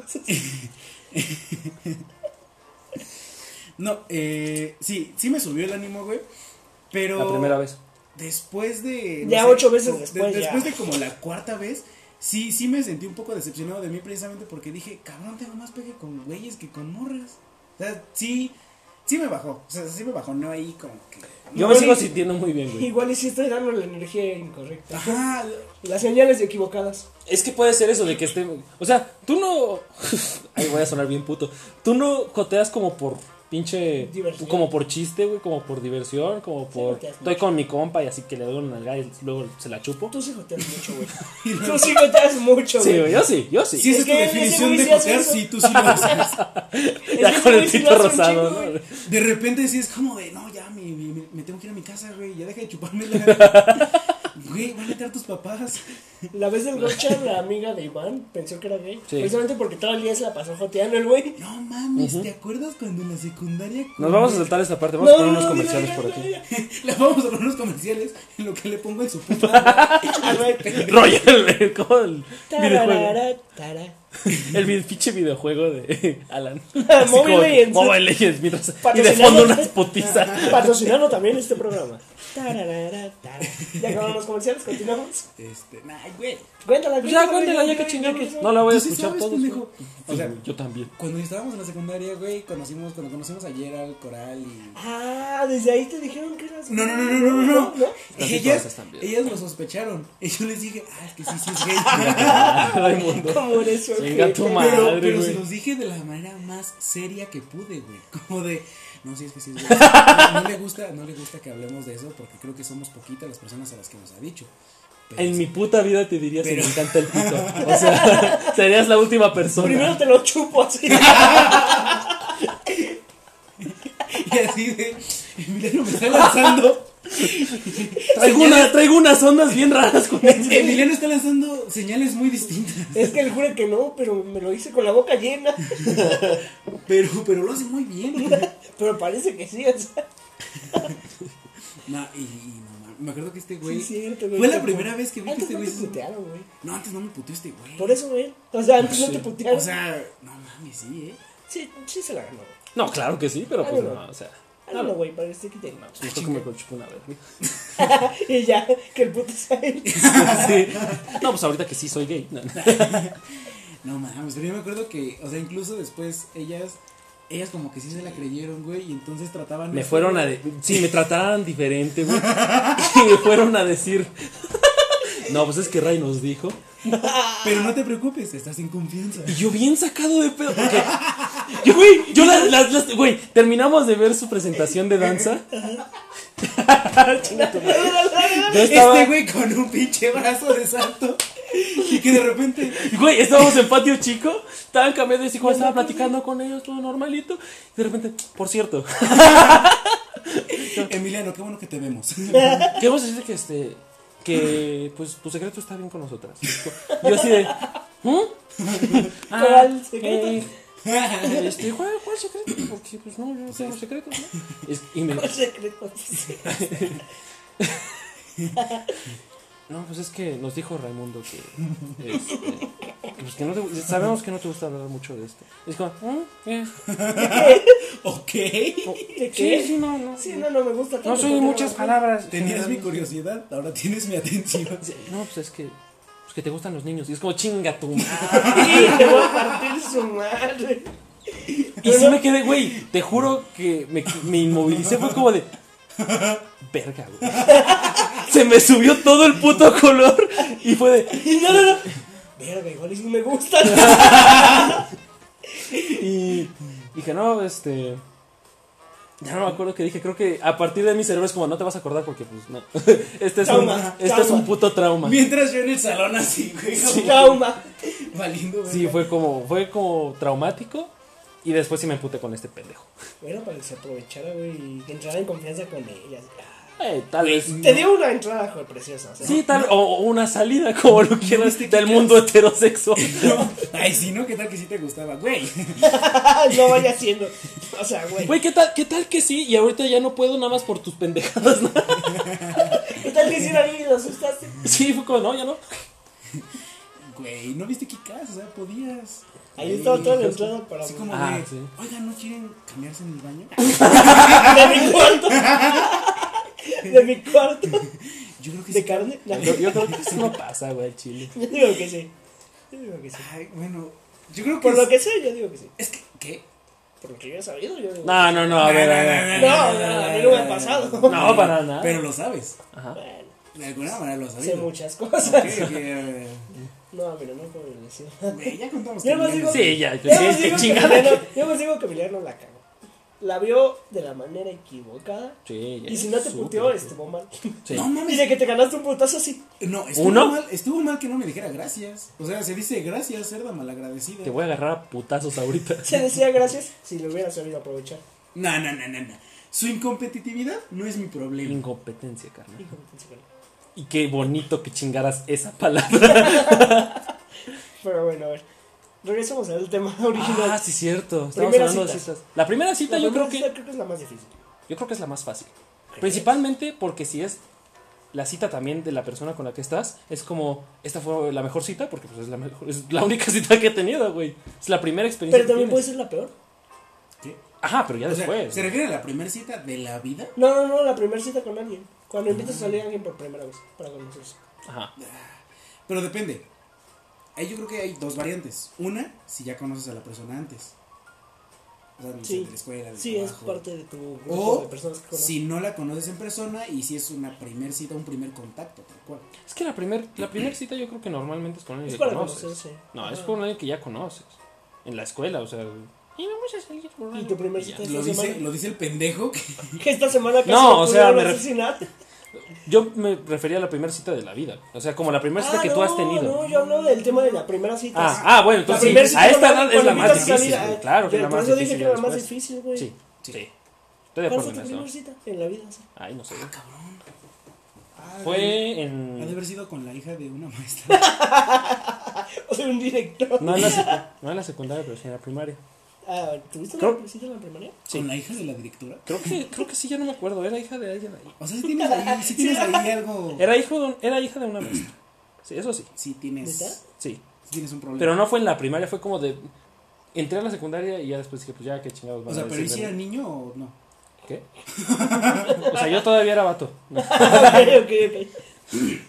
Speaker 1: No, eh, sí, sí me subió el ánimo, güey. Pero.
Speaker 2: La primera vez.
Speaker 1: Después de.
Speaker 3: Ya ocho veces después, ya.
Speaker 1: Después de como la cuarta vez, sí, sí me sentí un poco decepcionado de mí precisamente porque dije, cabrón, tengo más pegue con güeyes que con morras. O sea, sí, sí me bajó. O sea, sí me bajó. No ahí como que.
Speaker 2: Yo
Speaker 3: No,
Speaker 2: me sigo
Speaker 3: sí.
Speaker 2: sintiendo muy bien, güey.
Speaker 3: Igual y si estoy dando la energía incorrecta.
Speaker 1: Ajá.
Speaker 3: Las señales equivocadas.
Speaker 2: Es que puede ser eso de que esté. O sea, tú no. Ay, voy a sonar bien puto. Tú no coteas como por pinche.
Speaker 3: Diversión.
Speaker 2: Como por chiste, güey. Como por diversión. Como por.
Speaker 3: coteas
Speaker 2: Estoy con mi compa y así que le doy una nalgada y luego se la chupo.
Speaker 3: Tú sí joteas mucho, güey. Tú sí joteas mucho,
Speaker 2: Sí,
Speaker 3: güey.
Speaker 2: güey, yo sí, yo sí.
Speaker 1: Si esa
Speaker 3: Es
Speaker 1: es tu
Speaker 3: que ese
Speaker 1: definición
Speaker 3: güey
Speaker 1: de
Speaker 3: sí hace
Speaker 1: jotear,
Speaker 3: eso.
Speaker 1: sí, tú sí lo haces.
Speaker 3: Es que
Speaker 2: ya con
Speaker 3: ese
Speaker 2: el
Speaker 3: güey sí
Speaker 2: pito
Speaker 3: lo hace un
Speaker 2: rosado,
Speaker 3: chingo,
Speaker 2: ¿no?
Speaker 3: güey.
Speaker 1: De repente sí es como de, no, ya me, me- me- me tengo que ir a mi casa, güey. Ya deja de chuparme la. Güey, van a entrar tus papás.
Speaker 3: La vez del Gocha, la amiga de Iván pensó que era gay.
Speaker 2: Sí.
Speaker 3: Precisamente porque todo el día se la pasó joteando el güey.
Speaker 1: No mames, ¿te acuerdas cuando en la secundaria.
Speaker 2: Nos vamos a saltar esta parte. Vamos a poner unos comerciales
Speaker 3: mira,
Speaker 2: por
Speaker 3: mira,
Speaker 2: aquí.
Speaker 3: mira.
Speaker 1: La vamos a poner unos comerciales en lo que le pongo en su puta.
Speaker 3: Ah, güey.
Speaker 2: Este, Royal, como el videojuego.
Speaker 3: Tarara, tara.
Speaker 2: El vi- pinche videojuego de Alan. Así
Speaker 3: Mobile
Speaker 2: como de
Speaker 3: Legends.
Speaker 2: Mobile Legends. mientras- Y de
Speaker 3: Patrocinado.
Speaker 2: fondo unas potizas.
Speaker 3: Patrocinando también este programa. Tarara, tara. Ya acabamos los comerciales, continuamos.
Speaker 1: Este, nah, güey.
Speaker 3: Cuéntala,
Speaker 2: Pues ya, cuéntela, ya que
Speaker 3: chingados.
Speaker 2: chingados. No la voy a
Speaker 1: Tú sí
Speaker 2: escuchar
Speaker 1: sabes,
Speaker 2: todos.
Speaker 1: pendejo.
Speaker 2: güey.
Speaker 1: O sea,
Speaker 2: Sí, güey, yo también.
Speaker 1: Cuando estábamos en la secundaria, güey, conocimos, cuando conocimos a Gerald, Coral y.
Speaker 3: Ah, desde ahí te dijeron que eras.
Speaker 1: No, no, no, no, no, no, no.
Speaker 2: Las
Speaker 1: Ellas,
Speaker 2: cosas también.
Speaker 1: ellas lo sospecharon. Y yo les dije, ah, es que sí, sí es gay.
Speaker 2: Raimundo.
Speaker 3: ¿Cómo eres su
Speaker 2: Venga,
Speaker 3: ojete?
Speaker 2: toma.
Speaker 1: pero
Speaker 2: Madre,
Speaker 1: pero
Speaker 2: güey.
Speaker 1: se los dije de la manera más seria que pude, güey. Como de, no, sí es que sí es gay. No, no le gusta, no le gusta que hablemos de eso porque creo que somos poquitas las personas a las que nos ha dicho. Pero
Speaker 2: En mi puta vida te diría si
Speaker 1: Pero-
Speaker 2: me encanta el pito. O sea, serías la última persona.
Speaker 3: Primero te lo chupo así.
Speaker 1: Y así de, Emiliano me está lanzando.
Speaker 2: traigo, una- traigo unas ondas bien raras con él.
Speaker 1: Emiliano está lanzando señales muy distintas.
Speaker 3: Es que él jura que no, pero me lo hice con la boca llena.
Speaker 1: Pero, pero lo hace muy bien.
Speaker 3: Pero parece que sí, o sea.
Speaker 1: No, y, y no, mames, me acuerdo que este güey.
Speaker 3: Sí, es cierto, güey.
Speaker 1: Fue la
Speaker 3: Como-
Speaker 1: primera vez que vi que
Speaker 3: Antes
Speaker 1: este
Speaker 3: no
Speaker 1: güey.
Speaker 3: te
Speaker 1: se-
Speaker 3: putearon, güey.
Speaker 1: No, antes no me puteó este güey.
Speaker 3: Por eso, güey. O sea, antes no te putearon.
Speaker 1: O sea, no mames, sí, eh.
Speaker 3: sí, sí se la ganó, güey.
Speaker 2: No, claro que sí, pero pues
Speaker 3: Ah, no.
Speaker 2: no, o sea.
Speaker 3: Ah, no, no, güey, para este quite.
Speaker 2: No, pues me tocó que me chupó una vez.
Speaker 3: y ya, que el puto sea él.
Speaker 2: Sí. No, pues ahorita que sí soy gay. No, no.
Speaker 1: No mames, pero yo me acuerdo que, o sea, incluso después ellas. Ellas como que sí se la creyeron, güey, y entonces trataban.
Speaker 2: Me fueron a. de- sí, me trataban diferente, güey. Y me fueron a decir. No, pues es que Ray nos dijo.
Speaker 1: Pero no te preocupes, estás en confianza.
Speaker 2: Y yo bien sacado de pedo. Porque. Yo, güey, yo las, las- las- Güey, terminamos de ver su presentación de danza. Chinga tu madre. Yo estaba.
Speaker 1: Este güey con un pinche brazo de santo. Y que de repente.
Speaker 2: Güey, estábamos en patio chico, estaban cambiando de hijos, estaba platicando con ellos, todo normalito. Y de repente, por cierto,
Speaker 1: Emiliano, qué bueno que te vemos.
Speaker 2: queremos decir que este. Que pues tu secreto está bien con nosotras. Yo así de. ¿hmm? Ah,
Speaker 3: ¿Cuál secreto?
Speaker 2: eh, este, ¿cuál, ¿Cuál secreto? Porque pues no, yo no tengo secretos, ¿no? Es- y me,
Speaker 3: Por secreto. sí.
Speaker 2: no, pues es que nos dijo Raimundo que. este, que, pues, que no te- sabemos que no te gusta hablar mucho de esto. Es como, ¿hmm? Eh,
Speaker 1: ok.
Speaker 2: sí,
Speaker 3: ¿De qué?
Speaker 2: sí, no, no.
Speaker 3: Sí, no, no me gusta.
Speaker 2: No
Speaker 3: tanto,
Speaker 2: soy de
Speaker 3: pero-
Speaker 2: muchas palabras.
Speaker 1: Tenías mi curiosidad, ahora tienes mi atención.
Speaker 2: Sí, No, pues es que. Pues que te gustan los niños. Y es como chinga tu madre.
Speaker 3: Sí, te voy a partir su madre.
Speaker 2: Y sí me quedé, güey. Te juro que me, me inmovilicé. Fue como de. Verga, güey. Se me subió todo el puto color. Y fue de.
Speaker 3: Y no, no, no. Verga, igual y sí me gusta.
Speaker 2: Y dije, no, este. Ya no me acuerdo qué dije. Creo que a partir de mi cerebro es como, no te vas a acordar porque, pues, no. Este es,
Speaker 3: Trauma,
Speaker 2: un, este es un
Speaker 3: trauma.
Speaker 2: puto trauma.
Speaker 1: Mientras yo en el salón así, güey. como
Speaker 3: Trauma.
Speaker 1: Valiendo, güey.
Speaker 2: Sí, fue como, fue como traumático. Y después sí me emputé con este pendejo.
Speaker 3: Era para que se aprovechara, güey, y que entrara en confianza con ellas. Ah,
Speaker 2: Eh, tal vez.
Speaker 3: Te dio una entrada, joder, preciosa. o sea.
Speaker 2: Sí, tal, o o una salida, como lo quieras,
Speaker 1: ¿viste
Speaker 2: del
Speaker 1: que-
Speaker 2: mundo heterosexual.
Speaker 1: No, Ay, si no, ¿qué tal que sí te gustaba, güey?
Speaker 3: no vaya haciendo. O sea, güey.
Speaker 2: Güey, ¿qué tal, ¿qué tal que sí? Y ahorita ya no puedo nada más por tus pendejadas, ¿no?
Speaker 3: ¿Qué tal que hiciera alguien y lo asustaste?
Speaker 2: Sí, fue como, no, ya no.
Speaker 1: Güey, ¿no viste qué casa? O sea, podías.
Speaker 3: Ahí estaba toda la entrada para.
Speaker 1: Así como
Speaker 2: Ah,
Speaker 1: de,
Speaker 2: sí.
Speaker 1: oigan, ¿no quieren cambiarse en el baño?
Speaker 3: De
Speaker 2: "Ah".
Speaker 3: mi cuarto. De mi cuarto.
Speaker 1: Yo creo que
Speaker 3: ¿De
Speaker 1: sí.
Speaker 3: carne? No,
Speaker 2: Yo, yo creo que eso no pasa, güey, al chile.
Speaker 3: Yo digo que sí. Yo digo que sí.
Speaker 1: Ay, bueno, yo creo que.
Speaker 3: Por
Speaker 1: es-
Speaker 3: lo que sé, yo digo que sí.
Speaker 1: Es que, ¿qué?
Speaker 3: Por lo que yo he sabido, yo digo.
Speaker 2: No, no, no, a ver, a ver.
Speaker 3: No, no, a mí no me ha pasado.
Speaker 2: No, para nada.
Speaker 1: Pero lo sabes.
Speaker 2: Ajá.
Speaker 3: Bueno,
Speaker 1: De alguna manera lo sabes.
Speaker 3: sé muchas cosas. No, mira, no puedo decir.
Speaker 1: ya contamos.
Speaker 3: Yo nomás
Speaker 1: también.
Speaker 3: digo-
Speaker 2: Sí, ya,
Speaker 3: Yo
Speaker 2: ya
Speaker 3: más
Speaker 2: sí,
Speaker 3: digo,
Speaker 2: qué
Speaker 3: que
Speaker 2: chingada.
Speaker 3: Emiliano- yo más digo que Emiliano la cagó. La vio de la manera equivocada.
Speaker 2: Sí, ya,
Speaker 3: Y si no te
Speaker 2: súper.
Speaker 3: puteó, estuvo mal.
Speaker 2: Sí.
Speaker 1: No mames.
Speaker 3: Y de que te ganaste un putazo así.
Speaker 1: Eh, No, estuvo
Speaker 2: ¿Uno?
Speaker 1: mal, estuvo mal que no me dijera gracias. O sea, se dice gracias, cerda malagradecida.
Speaker 2: Te voy a agarrar a putazos ahorita.
Speaker 3: Se decía gracias si lo hubiera sabido aprovechar.
Speaker 1: No, no, no, no, no. Su incompetitividad no es mi problema.
Speaker 2: Incompetencia, carnal.
Speaker 3: Hijo de pinche madre.
Speaker 2: Y qué bonito que chingaras esa palabra.
Speaker 3: Pero bueno, a ver. Regresemos al tema original.
Speaker 2: Ah, sí, cierto. Estamos
Speaker 3: Primera
Speaker 2: hablando de
Speaker 3: cita.
Speaker 2: citas. La primera cita
Speaker 3: La
Speaker 2: yo creo que
Speaker 3: primera cita creo que es la más difícil.
Speaker 2: yo creo que es la más fácil. Principalmente porque si es la cita también de la persona con la que estás, es como esta fue la mejor cita porque pues, es la mejor, es la única cita que he tenido, güey. Es la primera experiencia.
Speaker 3: Pero
Speaker 2: que
Speaker 3: también puede
Speaker 2: tienes.
Speaker 3: ser la peor.
Speaker 1: ¿Qué?
Speaker 2: Ajá, pero ya
Speaker 1: O sea,
Speaker 2: después.
Speaker 1: ¿Se refiere a la primera cita de la vida?
Speaker 3: No, no, no, la primera cita con alguien. Cuando invitas a salir a alguien por primera vez para conocerse.
Speaker 2: Ajá.
Speaker 1: Pero depende. Ahí yo creo que hay dos variantes. Una, si ya conoces a la persona antes. O sea, no sé,
Speaker 3: Sí.
Speaker 1: de la escuela, del
Speaker 3: Sí, es
Speaker 1: trabajo.
Speaker 3: parte de tu grupo
Speaker 1: O
Speaker 3: de personas que conoces.
Speaker 1: si no la conoces en persona y si es una primer cita, un primer contacto, tal cual.
Speaker 2: Es que la primera la primer cita yo creo que normalmente es con alguien
Speaker 3: Es
Speaker 2: que
Speaker 3: para Ah.
Speaker 2: conoces.
Speaker 3: conocerse.
Speaker 2: No, es
Speaker 3: Ajá.
Speaker 2: con alguien que ya conoces. En la escuela, o sea. Y vamos a salir por
Speaker 3: Y tu primer
Speaker 2: ya.
Speaker 3: cita es-
Speaker 1: Lo
Speaker 3: Esta
Speaker 1: dice,
Speaker 3: semana.
Speaker 1: lo dice el pendejo que
Speaker 3: Que esta semana casi
Speaker 2: No,
Speaker 3: no,
Speaker 2: o
Speaker 3: o
Speaker 2: sea, me ref-
Speaker 3: asesinato.
Speaker 2: Yo me refería a la primera cita de la vida. O sea, como la primera cita
Speaker 3: Ah,
Speaker 2: que
Speaker 3: no,
Speaker 2: tú has tenido.
Speaker 3: No, yo hablo del tema de la primera cita.
Speaker 2: Ah, ah, bueno, entonces
Speaker 3: primera
Speaker 2: sí,
Speaker 3: cita
Speaker 2: a esta
Speaker 3: con
Speaker 2: edad
Speaker 3: alguien
Speaker 2: es la
Speaker 3: cuando
Speaker 2: más
Speaker 3: invitas a
Speaker 2: difícil,
Speaker 3: salir,
Speaker 2: güey,
Speaker 3: ah,
Speaker 2: claro que es la
Speaker 3: por
Speaker 2: más
Speaker 3: eso
Speaker 2: difícil.
Speaker 3: dije que
Speaker 2: ya
Speaker 3: era la más
Speaker 2: después.
Speaker 3: difícil, güey.
Speaker 2: Sí, sí.
Speaker 1: Sí.
Speaker 2: Estoy de
Speaker 3: ¿Cuál
Speaker 2: acuerdo
Speaker 3: fue tu
Speaker 2: en
Speaker 3: primera
Speaker 2: eso.
Speaker 3: cita en la vida? sí?
Speaker 2: Ay, no sé.
Speaker 1: Ah,
Speaker 2: Fue
Speaker 1: Ha de
Speaker 2: en.
Speaker 1: haber sido con la hija de una maestra.
Speaker 3: O sea, un director.
Speaker 2: No en, la secu- no en la secundaria, pero sí en la primaria.
Speaker 3: Ah, ¿Tuviste
Speaker 2: Creo-
Speaker 3: una cita en la primaria?
Speaker 2: Sí.
Speaker 1: ¿Con la hija de la directora?
Speaker 2: Creo que, creo que sí, ya no me acuerdo. Era hija de alguien ahí.
Speaker 1: O sea, si tienes ahí, si tienes ahí algo.
Speaker 2: Era, hijo de un- era hija de una maestra. Sí, eso sí.
Speaker 1: Si tienes,
Speaker 3: ¿Neta?
Speaker 1: sí
Speaker 2: Sí.
Speaker 1: tienes un problema.
Speaker 2: Pero no fue en la primaria, fue como de. Entré a la secundaria y ya después dije, pues ya, qué chingados. van
Speaker 1: O
Speaker 2: a
Speaker 1: sea, pero
Speaker 2: decir
Speaker 1: ¿y si
Speaker 2: de
Speaker 1: era
Speaker 2: mí?
Speaker 1: niño o no?
Speaker 2: ¿Qué? O sea, yo todavía era vato.
Speaker 3: Ah, ok, ok, ok.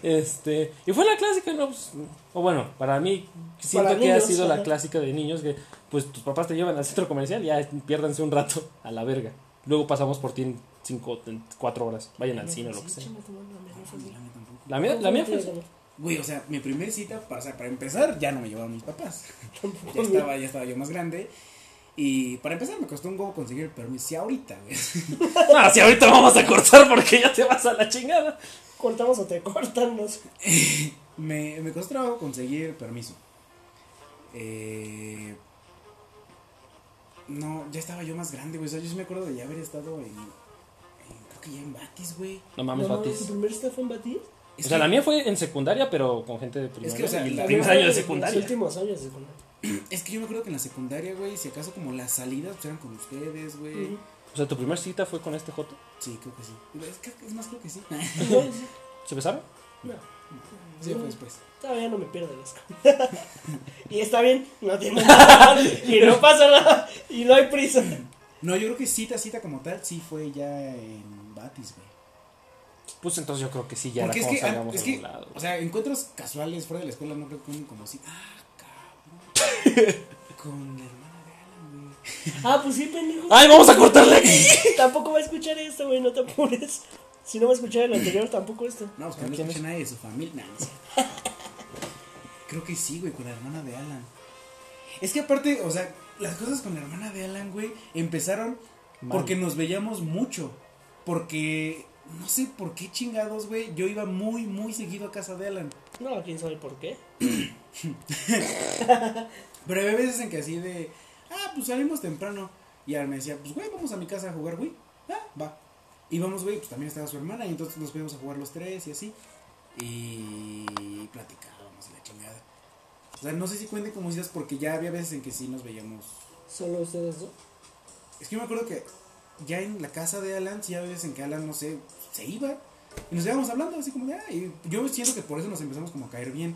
Speaker 2: Este, y fue la clásica, ¿no? Pues, o bueno, para mí siento
Speaker 3: Para
Speaker 2: que ha
Speaker 3: niños,
Speaker 2: sido la
Speaker 3: ajá.
Speaker 2: clásica de niños que pues tus papás te llevan al centro comercial, ya piérdanse un rato a la verga. Luego pasamos por ti en 5 en 4 horas. Vayan al cine o lo que sea.
Speaker 3: Chinga tu madre, la mía no fue así.
Speaker 1: La mía tampoco.
Speaker 2: La mía, la mía fue
Speaker 1: Güey, o sea, mi primer cita, para, o sea, para empezar, ya no me llevaron mis papás.
Speaker 3: Tampoco. Este,
Speaker 1: Ya estaba, ya estaba yo más grande. Y para empezar, me costó un huevo conseguir el permiso. Si ahorita, güey.
Speaker 2: No, si ahorita vamos a cortar porque ya te vas a la chingada.
Speaker 3: Cortamos o te cortan, no sé.
Speaker 1: Me, me costó trabajo conseguir permiso. Eh, no, ya estaba yo más grande, güey. O sea, yo sí me acuerdo de ya haber estado en. en- creo que ya en Batis, güey.
Speaker 2: No mames,
Speaker 3: No,
Speaker 2: Batis.
Speaker 3: ¿Tu primer cita fue en Batis?
Speaker 2: O sea, la mía fue en secundaria, pero con gente de primaria.
Speaker 1: que, o sea, la
Speaker 2: y los
Speaker 1: mía
Speaker 2: primeros
Speaker 1: fue
Speaker 2: años de
Speaker 3: Los
Speaker 2: secundaria.
Speaker 3: últimos años de secundaria.
Speaker 1: Es que yo me acuerdo que en la secundaria, güey, si acaso como las salidas pues, eran con ustedes, güey.
Speaker 3: Ujú.
Speaker 2: O sea, tu primera cita fue con este Joto.
Speaker 1: Sí, creo que sí. Es, que- es más, creo que sí.
Speaker 2: ¿Se besaron?
Speaker 3: No,
Speaker 1: sí, pues, pues.
Speaker 3: todavía no me pierdo el asco. y está bien, no tiene nada. y no pasa nada. Y no hay prisa.
Speaker 1: No, yo creo que cita, cita como tal, sí fue ya en Batis, güey.
Speaker 2: Pues entonces yo creo que sí, ya
Speaker 1: Porque es
Speaker 2: era como
Speaker 1: que, ah,
Speaker 2: salgamos
Speaker 1: es
Speaker 2: a
Speaker 1: que,
Speaker 2: algún lado.
Speaker 1: o sea, encuentros casuales fuera de la escuela no creo que uno como si, ah, cabrón, con la hermana de Alan, güey.
Speaker 3: Ah, pues sí, pendejo.
Speaker 2: ¡Ay, vamos a cortarle aquí!
Speaker 3: Tampoco va a escuchar esto, güey, no te apures. Si no va a escuchar el anterior, tampoco esto.
Speaker 1: No, pues que no
Speaker 2: ¿Quién
Speaker 1: escucha nadie de su familia, no, no sé. Creo que sí, güey, con la hermana de Alan. Es que aparte, o sea, las cosas con la hermana de Alan, güey, empezaron
Speaker 2: Mal.
Speaker 1: porque nos veíamos mucho, porque, no sé por qué chingados, güey, yo iba muy, muy seguido a casa de Alan.
Speaker 3: No, quién sabe por qué.
Speaker 1: Pero había veces en que así de, ah, pues salimos temprano. Y Alan me decía, pues güey, vamos a mi casa a jugar, güey. Ah, va. Y vamos, güey, pues también estaba su hermana. Y entonces nos fuimos a jugar los tres y así. Y platicábamos y la chingada. O sea, no sé si cuente como citas porque ya había veces en que sí nos veíamos.
Speaker 3: Solo ustedes dos.
Speaker 1: Es que yo me acuerdo que ya en la casa de Alan, sí había veces en que Alan, no sé, se iba. Y nos íbamos hablando así como de, ah, y yo siento que por eso nos empezamos como a caer bien.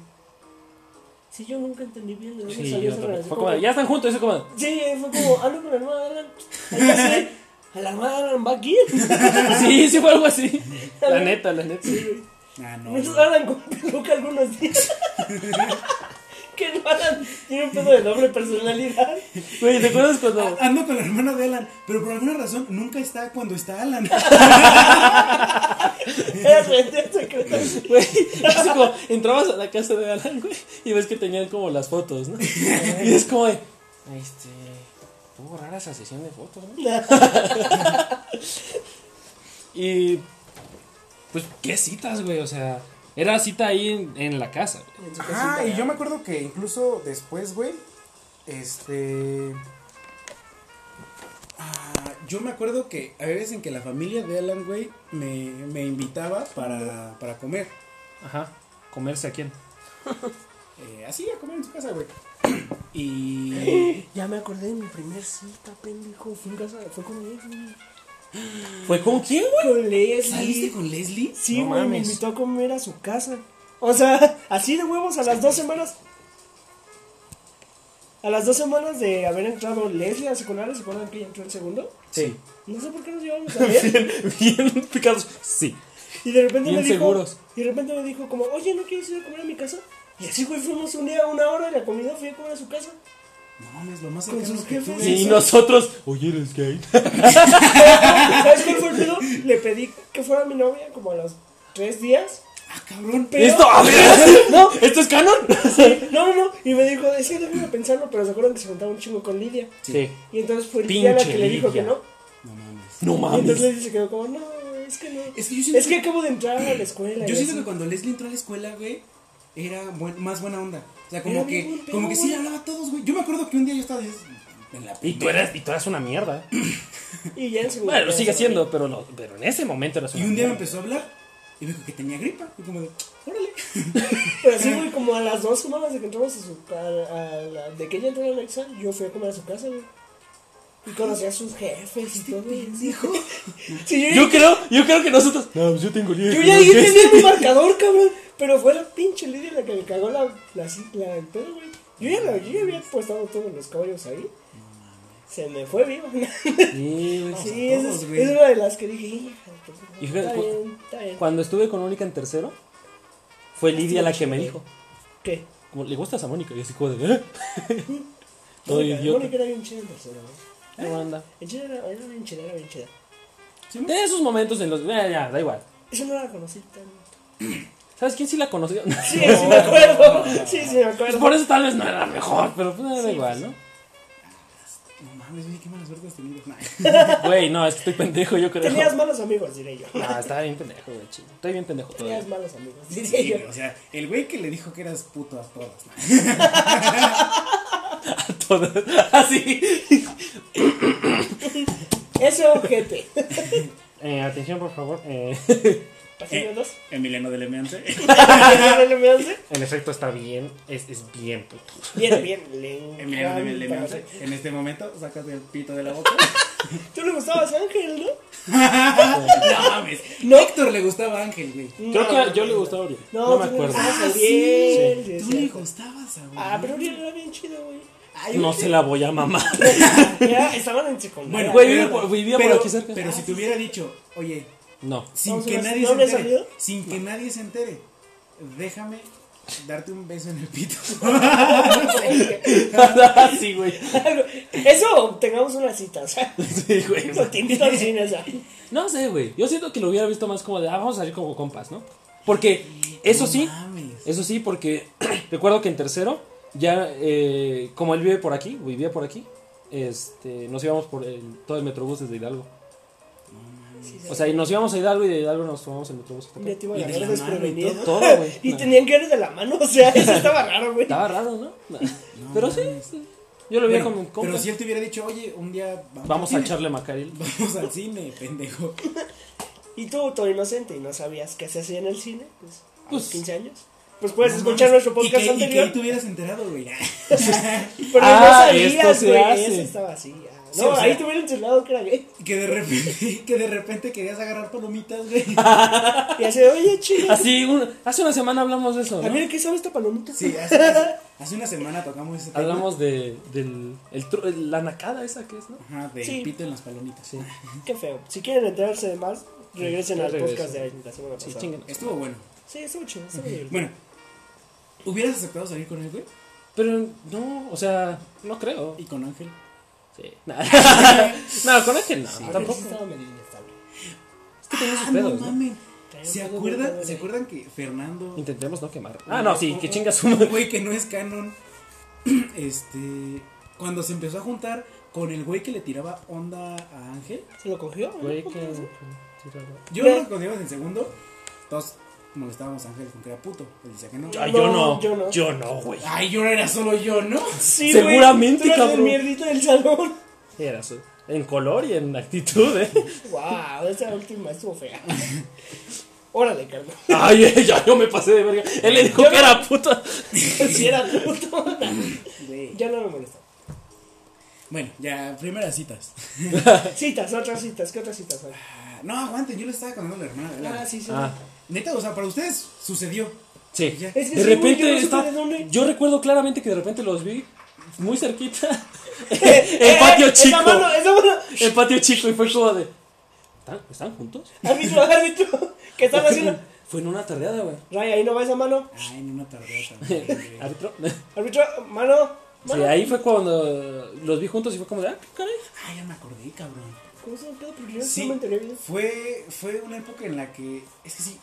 Speaker 3: Sí, yo nunca entendí bien de dónde
Speaker 2: Sí, yo
Speaker 3: salió esa
Speaker 2: tampoco.
Speaker 3: relación.
Speaker 2: Fue como, ya están juntos, eso como.
Speaker 3: Sí, fue como, ando con la hermana de Alan. Ahí pasé, A la hermana de Alan va aquí.
Speaker 2: Sí, sí fue algo así. La neta, la neta.
Speaker 3: Sí, güey.
Speaker 1: Ah, no.
Speaker 3: No
Speaker 1: güey.
Speaker 3: se hablan con peluca algunos días. Que no Alan tiene un pedo de doble personalidad.
Speaker 2: Güey, ¿te acuerdas cuando.?
Speaker 1: Ando con la hermana de Alan, pero por alguna razón nunca está cuando está Alan.
Speaker 3: Era su identidad secreta.
Speaker 2: Güey, es como, entrabas a la casa de Alan, güey, y ves que tenían como las fotos, ¿no? Y es como de, este, ¿puedo borrar esa sesión de fotos, no? Y, pues, ¿qué citas, güey? O sea, era cita ahí en, en la casa, güey.
Speaker 3: En su
Speaker 4: Ajá,
Speaker 3: casita.
Speaker 4: Ah, y yo me acuerdo que incluso después, güey, este...
Speaker 1: Ah, yo me acuerdo que a veces en que la familia de Alan, güey, me, me invitaba para, para comer.
Speaker 2: Ajá, ¿comerse a quién?
Speaker 1: Eh, así, a comer en su casa, güey. Y.
Speaker 3: Ya me acordé de mi primer cita, pendejo. Fue, en casa, fue con Leslie.
Speaker 2: ¿Fue con quién, güey?
Speaker 3: Con Leslie.
Speaker 1: ¿Saliste con Leslie?
Speaker 3: Sí,
Speaker 2: No
Speaker 3: güey, me
Speaker 2: mames.
Speaker 3: invitó a comer a su casa. O sea, así de huevos a las dos semanas. A las dos semanas de haber entrado Leslie al secundario, ¿se acuerdan que ella entró el segundo?
Speaker 2: Sí.
Speaker 3: No sé por qué nos llevamos a ver.
Speaker 2: Bien picados. Sí.
Speaker 3: Y de repente
Speaker 2: Bien
Speaker 3: me dijo,
Speaker 2: seguros.
Speaker 3: y de repente me dijo como, oye, ¿no quieres ir a comer a mi casa? Y así, güey, fuimos un día, una hora de la comida, fui a comer a su casa.
Speaker 1: No mames, lo más
Speaker 3: Con
Speaker 1: cercano
Speaker 3: sus
Speaker 1: que tuve.
Speaker 3: jefes.
Speaker 2: Y nosotros, oye, eres gay.
Speaker 3: ¿Sabes cuál fue el pedo? Le pedí que fuera mi novia como a los tres días.
Speaker 1: Ah, cabrón, pero.
Speaker 2: ¿Esto? a ver, ¿No? ¿Esto es canon?
Speaker 3: No, no, no. Y me dijo, es que no quiero pensarlo, pero se acuerdan que se juntaba un chingo con Lidia.
Speaker 2: Sí.
Speaker 3: Y entonces fue Lidia la
Speaker 2: Pinche
Speaker 3: que le dijo
Speaker 2: Lidia.
Speaker 3: que no.
Speaker 1: No mames.
Speaker 2: No
Speaker 3: Y
Speaker 2: mames.
Speaker 3: entonces Lidia se quedó como, no, es que no.
Speaker 1: Es que yo siento,
Speaker 3: Es que acabo de entrar a la escuela.
Speaker 1: que, yo
Speaker 3: y
Speaker 1: siento
Speaker 3: así.
Speaker 1: que cuando Leslie entró a la escuela, güey, era buen- más buena onda. O sea,
Speaker 3: Era
Speaker 1: como
Speaker 3: bien
Speaker 1: que,
Speaker 3: buen
Speaker 1: como que
Speaker 3: pedo,
Speaker 1: sí le
Speaker 3: güey.
Speaker 1: hablaba a todos, güey. Yo me acuerdo que un día yo estaba en la
Speaker 2: Y tú eras, y tú eras una mierda.
Speaker 3: Y ya en su
Speaker 2: Bueno, lo sigue siendo, pero, no- pero en ese momento eras
Speaker 1: Y
Speaker 2: una
Speaker 1: un día me
Speaker 2: mierda.
Speaker 1: empezó a hablar y me dijo que tenía gripa. Y como de, órale.
Speaker 3: Pero así, güey, como a las dos semanas de que entramos a su. a- a la- de que ella entró a la Alexa, yo fui a comer a su casa, güey. Y conocí a sus jefes y todo. Dijo. Sí, yo,
Speaker 2: Yo creo, yo creo que nosotros. No, pues yo tengo
Speaker 3: yo ya dije tenía mi marcador, cabrón. Pero fue la pinche Lidia la que me cagó la, la, la- el pedo, güey. Yo ya, la- yo ya había apostado todos los caballos ahí. Se me fue viva. sí, esa es,
Speaker 1: todos, güey.
Speaker 3: es una de las que dije, hija, de tu-
Speaker 2: Hija,
Speaker 3: está
Speaker 2: cu-
Speaker 3: bien, está bien.
Speaker 2: Cuando estuve con Mónica en tercero, fue Lidia la que me dijo.
Speaker 3: ¿Qué?
Speaker 2: como, ¿Le gustas a Mónica? Y así como de. ¿eh? Todo
Speaker 3: Mónica-
Speaker 2: idiota.
Speaker 3: Mónica era bien chida en tercero, güey.
Speaker 2: No anda.
Speaker 3: En chida era, era bien chida, era bien chida.
Speaker 2: Tiene esos momentos en los. Ya, ya, da igual.
Speaker 3: Eso no la conocí tanto.
Speaker 2: ¿Sabes quién sí la conoció?
Speaker 3: Sí, sí me acuerdo. Sí, sí me
Speaker 2: Pues
Speaker 3: acuerdo.
Speaker 2: por eso tal vez no era mejor, pero pues da
Speaker 3: Sí,
Speaker 2: igual, ¿no?
Speaker 1: No mames, güey, qué mala suerte has tenido. Nah.
Speaker 2: Güey, no, es que estoy pendejo, yo creo.
Speaker 3: Tenías malos amigos, diré yo.
Speaker 2: No, estaba bien pendejo, güey, chido. Estoy bien pendejo todavía.
Speaker 3: Tenías malos amigos, diré
Speaker 1: Sí,
Speaker 3: yo.
Speaker 1: güey, o sea, el güey que le dijo que eras puto a todas. nah.
Speaker 2: Todo- Así.
Speaker 3: Ese ojete.
Speaker 2: Eh, atención, por favor. Eh,
Speaker 3: Pasillo dos.
Speaker 1: Eh, Emiliano de Lemeance.
Speaker 3: ¿No me hace?
Speaker 2: en efecto, está bien. Es, es bien puto.
Speaker 3: Bien, bien. le
Speaker 1: Emiliano de
Speaker 3: encanta.
Speaker 1: Lemeance. En este momento, sacas el pito de la boca.
Speaker 3: Tú le gustabas a Ángel, ¿no?
Speaker 1: no mames.
Speaker 3: No.
Speaker 1: Héctor le gustaba a Ángel, güey.
Speaker 2: Creo que a- yo le gustaba Uriel.
Speaker 3: No,
Speaker 2: No, me
Speaker 3: tú le
Speaker 2: acuerdo.
Speaker 3: gustabas. Ah, sí, sí, es
Speaker 1: Tú le
Speaker 3: cierto.
Speaker 1: gustabas a
Speaker 3: Ah, pero Uriel era bien chido, güey.
Speaker 1: Ay,
Speaker 2: No
Speaker 1: güey.
Speaker 2: se la voy a mamar.
Speaker 3: Ya, estaban en
Speaker 1: Bueno,
Speaker 3: secundaria.
Speaker 2: Güey,
Speaker 1: pero-
Speaker 2: vive por- vivía por
Speaker 1: pero-
Speaker 2: aquí cerca.
Speaker 1: Pero si te hubiera dicho, oye,
Speaker 2: No.
Speaker 1: sin
Speaker 3: Vamos a
Speaker 1: que
Speaker 3: ver si
Speaker 1: nadie
Speaker 3: no
Speaker 1: se
Speaker 3: habría
Speaker 1: entere,
Speaker 3: salido.
Speaker 1: sin que nadie se entere, déjame darte un beso en el pito.
Speaker 2: Ah, sí, güey.
Speaker 3: Eso, tengamos una cita, o sea.
Speaker 2: Sí, güey.
Speaker 3: Te invito al cine, o sea.
Speaker 2: No sé, güey. Yo siento que lo hubiera visto más como de, ah, vamos a salir como compas, ¿no? Porque, eso
Speaker 1: No
Speaker 2: sí,
Speaker 1: mames.
Speaker 2: eso sí, porque recuerdo que en tercero, ya, eh, como él vive por aquí, vivía por aquí, este, nos íbamos por el- todo el metrobús desde Hidalgo. O sea, y nos íbamos a Hidalgo y de Hidalgo nos tomamos el metrobús. hasta
Speaker 3: Un
Speaker 2: acá.
Speaker 3: día te iba a
Speaker 1: Y de
Speaker 3: agarrar
Speaker 1: la mano y
Speaker 3: desprevenido.
Speaker 1: todo.
Speaker 2: Todo, güey.
Speaker 3: Y
Speaker 2: Nah.
Speaker 3: tenían que ir de la mano, o sea, eso estaba raro, güey.
Speaker 2: Estaba raro, ¿no? Nah. Pero sí,
Speaker 1: mames.
Speaker 2: sí. yo lo veía
Speaker 1: Bueno,
Speaker 2: como un compa.
Speaker 1: pero si él te hubiera dicho, oye, un día vamos,
Speaker 2: Vamos a
Speaker 1: al cine.
Speaker 2: echarle macaril.
Speaker 1: Vamos al cine, pendejo.
Speaker 3: Y tú, todo inocente, y no sabías qué se hacía en el cine, pues, a
Speaker 2: Pues-
Speaker 3: los 15 años. Pues puedes
Speaker 1: No
Speaker 3: escuchar
Speaker 1: mames.
Speaker 3: nuestro
Speaker 1: y
Speaker 3: podcast
Speaker 1: que, Y que
Speaker 3: anterior.
Speaker 1: él te hubieras enterado, güey.
Speaker 3: Pero
Speaker 2: Ah,
Speaker 3: no
Speaker 2: esto
Speaker 3: sabías,
Speaker 2: se
Speaker 3: güey.
Speaker 2: hace.
Speaker 3: Eso estaba así. ah. No,
Speaker 1: Sí, o sea-
Speaker 3: ahí te hubieran enseñado que era gay.
Speaker 1: Y que de repente, que de repente querías agarrar palomitas, güey.
Speaker 3: Y así, oye, chido.
Speaker 2: Así, un- hace una semana hablamos de eso,
Speaker 3: A
Speaker 2: ¿no?
Speaker 3: ver, Ah, ¿qué sabe este esta palomita?
Speaker 1: Sí, hace, hace- hace una semana tocamos ese tema.
Speaker 2: Hablamos de del, el tru- el- la nacada esa que es, ¿no?
Speaker 1: Ajá, de
Speaker 3: Sí.
Speaker 1: pito en las palomitas.
Speaker 2: Sí.
Speaker 3: Qué feo. Si quieren enterarse de más, regresen
Speaker 2: Sí,
Speaker 3: al
Speaker 2: regresen.
Speaker 3: podcast de la semana pasada.
Speaker 2: Sí, chinguen.
Speaker 1: Estuvo bueno.
Speaker 3: Sí, estuvo chido, estuvo divertido.
Speaker 1: Bueno, ¿hubieras aceptado salir con él, güey?
Speaker 2: Pero no, o sea, no creo.
Speaker 1: Y con Ángel.
Speaker 2: Sí. No, no, con Ángel no,
Speaker 3: Tampoco.
Speaker 2: tampoco.
Speaker 3: Estaba medio inestable.
Speaker 2: Es que tiene sus
Speaker 1: Ah, no
Speaker 2: pedos, ¿no?
Speaker 1: mames.
Speaker 3: Traía
Speaker 1: ¿Se
Speaker 3: un poco
Speaker 1: acuerdan,
Speaker 3: de-
Speaker 1: ¿Se acuerdan que Fernando.
Speaker 2: Intentemos no quemar. Ah, no, sí, que chinga su
Speaker 1: Un
Speaker 2: madre.
Speaker 1: güey que no es canon. Este. Cuando se empezó a juntar con el güey que le tiraba onda a Ángel.
Speaker 3: ¿Se lo cogió? ¿no?
Speaker 2: Güey, que-
Speaker 3: ¿Otra vez?
Speaker 2: que tiraba.
Speaker 1: Yo
Speaker 3: Ve.
Speaker 1: lo conocíamos en segundo. Todos molestábamos a Ángel con que era puto. Él decía que no.
Speaker 2: Ay, yo
Speaker 3: No,
Speaker 2: no.
Speaker 3: yo no.
Speaker 2: Yo no, güey.
Speaker 1: Ay, yo era solo yo, ¿no?
Speaker 3: Sí,
Speaker 2: Seguramente,
Speaker 3: güey, tú eras el
Speaker 2: cabrón.
Speaker 3: mierdito del salón.
Speaker 2: Era su- en color y en actitud, ¿eh?
Speaker 3: Wow, esa última estuvo fea. Órale, carnal.
Speaker 2: Ay, eh, ya yo me pasé de verga. Él le dijo que era puta.
Speaker 3: Si era puto. ya no me molesta.
Speaker 1: Bueno, ya, primeras citas.
Speaker 3: Citas, otras citas. ¿Qué otras citas hay?
Speaker 1: Ah, No, aguanten, yo le estaba contando a la hermana. de Lara.
Speaker 3: Ah, sí, sí.
Speaker 2: Ah,
Speaker 1: Neta, o sea, para ustedes sucedió.
Speaker 2: sí.
Speaker 1: Ya.
Speaker 3: Es que
Speaker 2: De
Speaker 3: sí, güey,
Speaker 2: repente
Speaker 3: yo no supe
Speaker 2: está-
Speaker 3: de dónde.
Speaker 2: Yo recuerdo claramente que de repente los vi muy cerquita. El patio chico.
Speaker 3: Eh, Esa mano, esa mano.
Speaker 2: El patio chico y fue como de. ¿Están, están juntos?
Speaker 3: Árbitro, árbitro. ¿Qué están haciendo?
Speaker 2: Fue en una tardeada, güey.
Speaker 3: Ray, ahí no va esa mano.
Speaker 1: Ay, en una tardota. madre.
Speaker 2: Árbitro.
Speaker 3: Árbitro, mano.
Speaker 2: Sí,
Speaker 3: mano.
Speaker 2: ahí fue cuando los vi juntos y fue como de, ah, caray.
Speaker 1: Ay, ya me acordé, cabrón.
Speaker 3: ¿Cómo se me pedo? Porque yo
Speaker 1: Sí.
Speaker 3: no me enteré bien.
Speaker 1: Fue, fue una época en la que, es que sí,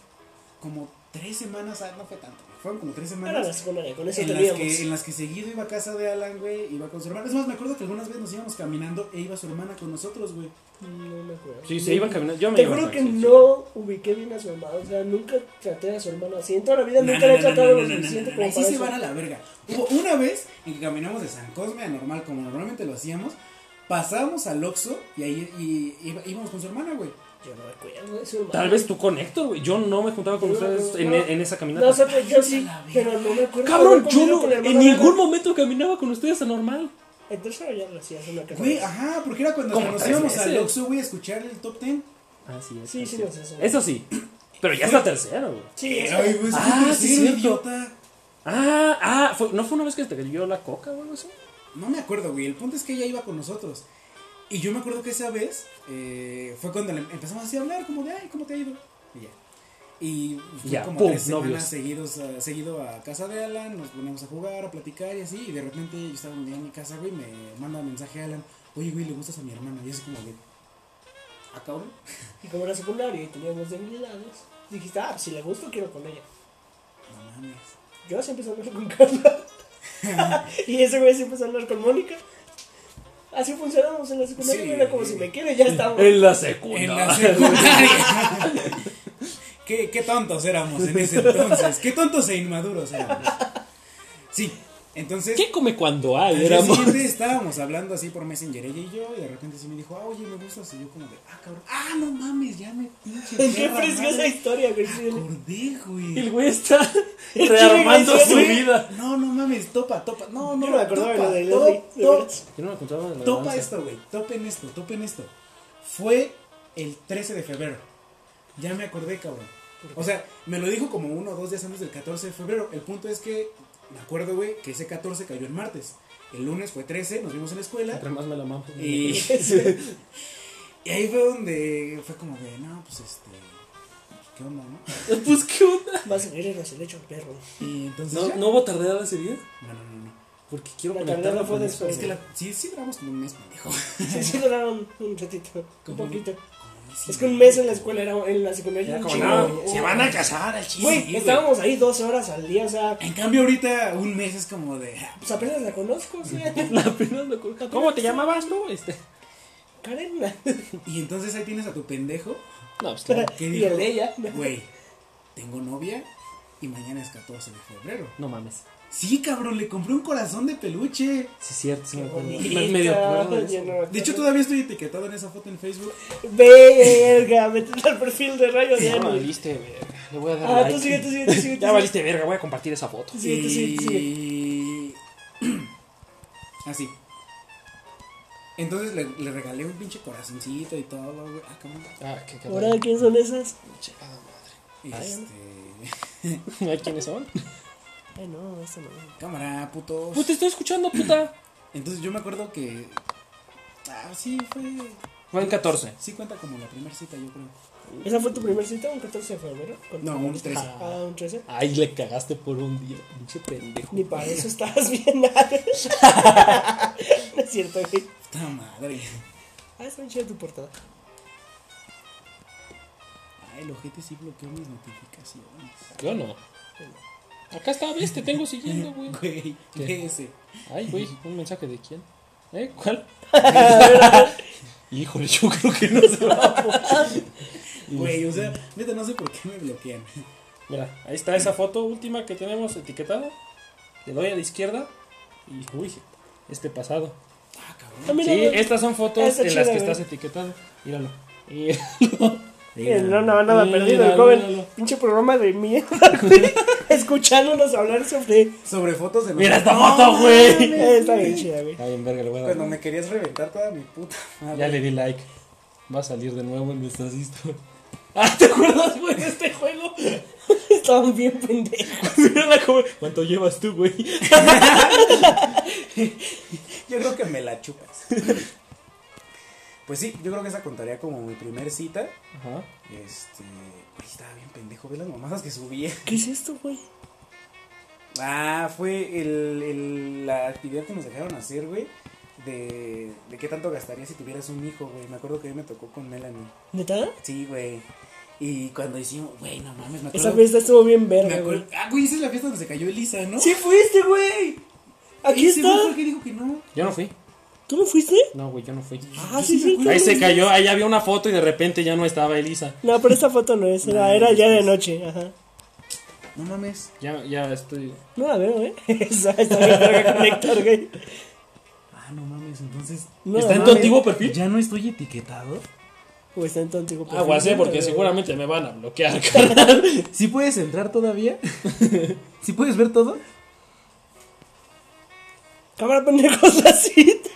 Speaker 1: como tres semanas, ah, no fue tanto, fueron como tres
Speaker 3: Era la
Speaker 1: semanas
Speaker 3: secundaria, con eso
Speaker 1: en las,
Speaker 3: terminamos.
Speaker 1: que, en las que seguido iba a casa de Alan, güey, iba con su hermana. Es más, me acuerdo que algunas veces nos íbamos caminando e iba su hermana con nosotros, güey.
Speaker 3: No me acuerdo.
Speaker 2: Sí, se iban caminando. Yo me
Speaker 3: Te
Speaker 2: iba
Speaker 3: juro
Speaker 2: a-
Speaker 3: que
Speaker 2: sí, sí.
Speaker 3: no ubiqué bien a su hermano. O sea, nunca traté a su hermano así. En toda la vida
Speaker 1: No, no,
Speaker 3: nunca le he
Speaker 1: no,
Speaker 3: tratado
Speaker 1: no,
Speaker 3: lo
Speaker 1: no, no, no,
Speaker 3: suficiente
Speaker 1: no,
Speaker 3: como
Speaker 1: Ahí sí
Speaker 3: para
Speaker 1: se
Speaker 3: eso.
Speaker 1: van a la verga. Hubo una vez en que caminamos de San Cosme a normal, como normalmente lo hacíamos, pasábamos al Oxxo y ahí y, iba- íbamos con su hermana, güey.
Speaker 3: Yo no recuerdo de su hermano.
Speaker 2: Tal vez tú con Héctor, güey. Yo no me juntaba con
Speaker 3: No,
Speaker 2: ustedes
Speaker 3: no,
Speaker 2: en,
Speaker 3: no.
Speaker 2: en esa caminata.
Speaker 3: No, o sea, pues, yo sí,
Speaker 1: la verga.
Speaker 3: pero no me acuerdo.
Speaker 2: Cabrón,
Speaker 3: haber
Speaker 2: yo
Speaker 3: comido
Speaker 2: no,
Speaker 3: con el
Speaker 2: en
Speaker 3: hermano
Speaker 2: ningún
Speaker 3: de-
Speaker 2: momento caminaba con ustedes a normal.
Speaker 3: Entonces ahora ya lo hacías en la casa.
Speaker 1: Güey, ajá, porque era cuando
Speaker 2: Como
Speaker 1: nos
Speaker 2: tres
Speaker 1: íbamos
Speaker 2: veces.
Speaker 1: al Oxxo, güey, a escuchar el top ten.
Speaker 2: Así es.
Speaker 3: Sí,
Speaker 2: así
Speaker 3: sí, no
Speaker 2: es.
Speaker 3: sé eso.
Speaker 2: Eso sí. Pero ya está tercero, güey.
Speaker 3: Sí, es-
Speaker 1: Ay, güey,
Speaker 2: Ah,
Speaker 1: ah,
Speaker 2: sí,
Speaker 1: sí,
Speaker 2: cierto.
Speaker 1: idiota.
Speaker 2: Ah, ah, fue- ¿no fue una vez que te cayó la coca o algo así?
Speaker 1: No me acuerdo, güey. El punto es que ella iba con nosotros. Y yo me acuerdo que esa vez eh, fue cuando le empezamos así a hablar, como de, ay, ¿cómo te ha ido? Y ya. Y fue
Speaker 2: Ya,
Speaker 1: como
Speaker 2: pum,
Speaker 1: tres
Speaker 2: novios.
Speaker 1: semanas seguidos a- seguido a casa de Alan, nos poníamos a jugar, a platicar y así. Y de repente yo estaba un día en mi casa, güey, me manda un mensaje a Alan, oye, güey, le gustas a mi hermana. Y es como de, ¿a cabrón?
Speaker 3: Y como era secundaria y teníamos debilidades, dijiste, ah, si le gusto, quiero con ella.
Speaker 1: No mames.
Speaker 3: Yo así empecé a hablar con Carla. y ese güey sí empezó a hablar con Mónica. Así funcionábamos en la secundaria.
Speaker 1: Sí.
Speaker 3: Era como si me quiere, ya estamos.
Speaker 2: En la
Speaker 1: En la
Speaker 2: secundaria.
Speaker 1: secundaria. ¿Qué, qué tontos éramos en ese entonces. Qué tontos e inmaduros éramos. Sí, entonces.
Speaker 2: ¿Qué come cuando
Speaker 1: Al
Speaker 2: hay?
Speaker 1: día
Speaker 2: Éramos.
Speaker 1: siguiente estábamos hablando así por Messenger ella y yo, y de repente sí me dijo, ah, oye, me gustas. Y yo, como de, ah, cabrón, ah, no mames, ya me pinche.
Speaker 3: Qué
Speaker 1: perra
Speaker 3: preciosa
Speaker 1: madre,
Speaker 3: historia, güey. sí.
Speaker 1: Acordé, güey.
Speaker 2: El güey está rearmando
Speaker 3: güey,
Speaker 2: su
Speaker 1: Güey,
Speaker 2: vida.
Speaker 1: No, no mames, topa, topa. No, no,
Speaker 3: Yo no me acordaba de
Speaker 1: topa,
Speaker 3: lo de
Speaker 1: top,
Speaker 3: Leslie, de
Speaker 1: top,
Speaker 3: veras.
Speaker 2: Yo no me contaba de la
Speaker 1: Topa
Speaker 2: danza.
Speaker 1: esto, güey. Topen esto, topen esto. Fue el 13 de febrero. Ya me acordé, cabrón. O sea, me lo dijo como uno o dos días antes del 14 de febrero. El punto es que, me acuerdo, güey, que ese 14 cayó el martes. El lunes fue 13, nos vimos en la escuela.
Speaker 2: Entre más me la mamo.
Speaker 1: Y, y ahí fue donde fue como de, no, pues este, ¿qué onda, no?
Speaker 2: Pues qué onda.
Speaker 3: Vas a venirnos el hecho al perro.
Speaker 1: Y entonces.
Speaker 2: No,
Speaker 1: ya.
Speaker 2: no hubo tardada ese día.
Speaker 1: no, no, no, no.
Speaker 2: Porque quiero
Speaker 3: La
Speaker 2: conectarlo
Speaker 3: tardada fue
Speaker 2: con
Speaker 3: después.
Speaker 1: Es que la, sí, sí, duramos como un mes, pendejo.
Speaker 3: Sí, sí, duraron un ratito. Un
Speaker 1: Como-
Speaker 3: poquito.
Speaker 1: Como
Speaker 3: Es que un mes en la escuela era en la
Speaker 1: Era
Speaker 3: secundaria. era un
Speaker 1: como,
Speaker 3: chingo.
Speaker 1: no, se van a casar al chile.
Speaker 3: Güey, estábamos ahí dos horas al día, o sea,
Speaker 1: En cambio, ahorita un mes es como de.
Speaker 3: pues apenas la conozco, o sea.
Speaker 2: La primera locura. ¿Cómo te llamabas, no? Este.
Speaker 3: Karen.
Speaker 1: Y entonces ahí tienes a tu pendejo.
Speaker 2: No, pues claro.
Speaker 1: ¿Qué
Speaker 3: Y
Speaker 1: dijo?
Speaker 3: el de ella.
Speaker 1: Güey, tengo novia y mañana es 14 de febrero.
Speaker 2: No mames.
Speaker 1: Sí, cabrón, le compré un corazón de peluche.
Speaker 2: Sí, es cierto, sí me acuerdo.
Speaker 3: Bonita,
Speaker 2: Me- Medio acuerdo de
Speaker 3: yo
Speaker 2: eso.
Speaker 3: no me
Speaker 1: De hecho,
Speaker 3: acuerdo.
Speaker 1: todavía estoy etiquetado en esa foto en Facebook.
Speaker 3: Verga, metete al perfil de Rayo
Speaker 2: Ya
Speaker 3: Daniel.
Speaker 2: valiste, verga. Le voy a dar
Speaker 3: Ah,
Speaker 2: like.
Speaker 3: tú sigue, tú sigue, tú sigue. tú
Speaker 2: Ya
Speaker 3: sigue. Ah,
Speaker 2: valiste, verga. Voy a compartir esa foto.
Speaker 3: Tú sigue, tú sigue, tú sigue.
Speaker 1: Y- Eh, Así. Entonces le, le regalé un pinche corazoncito y todo, güey. Ah, cabrón.
Speaker 2: Ah, qué
Speaker 3: Ahora, ¿quién son esas?
Speaker 2: Chingada madre.
Speaker 1: Este.
Speaker 2: ¿Ay, ¿Quiénes son?
Speaker 3: Ay, Eh, no, esa no.
Speaker 1: Cámara, putos.
Speaker 2: Pues te estoy escuchando, puta.
Speaker 1: Entonces yo me acuerdo que. Ah, sí, fue.
Speaker 2: Fue en 14.
Speaker 1: Sí cuenta como la primera cita, yo creo.
Speaker 3: ¿Esa fue tu primer cita? ¿Un 14 de febrero? Con-
Speaker 1: No, un 13.
Speaker 3: Ah, un 13.
Speaker 2: Ay, le cagaste por un día, pinche pendejo.
Speaker 3: Ni para eso estabas bien, madre. no es cierto, güey.
Speaker 1: Puta madre.
Speaker 3: Ah, está bien chida tu portada.
Speaker 1: Ay, el ojete sí bloqueó mis notificaciones.
Speaker 2: Yo no. Acá está, ves, te tengo siguiendo, güey.
Speaker 1: Güey,
Speaker 2: ¿Qué?
Speaker 1: ¿qué ese?
Speaker 2: Ay, güey, un mensaje de quién. ¿Eh? ¿Cuál? Híjole, yo creo que no se va a poder.
Speaker 1: Güey, o sea, neta, no sé por qué me bloquean.
Speaker 2: Mira, ahí está esa foto última que tenemos etiquetada. Le doy a la izquierda. Y, uy, este pasado.
Speaker 1: Ah, cabrón.
Speaker 3: Ah, mira,
Speaker 2: sí,
Speaker 3: güey.
Speaker 2: estas son fotos
Speaker 3: Está
Speaker 2: en
Speaker 3: chida,
Speaker 2: las que
Speaker 3: güey.
Speaker 2: estás etiquetado. Míralo. Y-
Speaker 3: Eh, No, no, nada
Speaker 2: Míralo,
Speaker 3: perdido, el joven.
Speaker 2: míralo.
Speaker 3: Pinche programa de mierda, güey. Escuchándonos hablar sobre.
Speaker 1: Sobre fotos de
Speaker 2: Mira esta foto, güey.
Speaker 3: Eh, está bien chida, güey.
Speaker 2: Está bien, verga, le voy a dar.
Speaker 4: Cuando me querías reventar toda mi puta madre.
Speaker 2: Ya le di like. Va a salir de nuevo en nuestras historias. Ah, ¿te acuerdas, güey, de este juego?
Speaker 3: Estaban bien pendejos.
Speaker 2: Mira la joven. ¿Cuánto llevas tú, güey?
Speaker 1: Yo creo que me la chupas. Pues sí, yo creo que esa contaría como mi primer cita.
Speaker 2: Ajá.
Speaker 1: Este. Ay, estaba bien pendejo, ve las mamadas que subía.
Speaker 3: ¿Qué es esto, güey?
Speaker 1: Ah, fue el, el- la actividad que nos dejaron hacer, güey. De, de qué tanto gastarías si tuvieras un hijo, güey. Me acuerdo que a mí me tocó con Melanie.
Speaker 3: ¿Neta?
Speaker 1: Sí, güey. Y cuando hicimos, güey, no mames, me acuerdo.
Speaker 3: Esa fiesta estuvo bien
Speaker 1: me
Speaker 3: verga,
Speaker 1: acuerdo-
Speaker 3: güey.
Speaker 1: Ah, güey, esa es la fiesta donde se cayó Elisa, ¿no?
Speaker 3: Sí fuiste, güey. Aquí
Speaker 1: Ese güey fue
Speaker 3: está.
Speaker 1: el que dijo que no.
Speaker 2: Yo no fui.
Speaker 3: ¿Tú no fuiste?
Speaker 2: No, güey, yo no fui.
Speaker 3: Ah, sí, sí.
Speaker 2: Ahí
Speaker 3: claro.
Speaker 2: se cayó, ahí había una foto y de repente ya no estaba Elisa.
Speaker 3: No, pero esta foto no es. Era, era ya de noche. Ajá.
Speaker 1: No mames.
Speaker 2: Ya, ya estoy.
Speaker 3: No la veo, ¿eh? Esa está bien verga con Héctor, güey.
Speaker 1: Ah, no mames, entonces.
Speaker 3: No,
Speaker 2: ¿Está en tu
Speaker 3: mames.
Speaker 2: antiguo perfil?
Speaker 1: ¿Ya no estoy etiquetado?
Speaker 3: O está en tu antiguo perfil.
Speaker 2: Aguas, eh, porque seguramente me van a bloquear, carnal.
Speaker 1: ¿Sí puedes entrar todavía? ¿Sí puedes ver todo?
Speaker 3: Cámara pendejos la cita.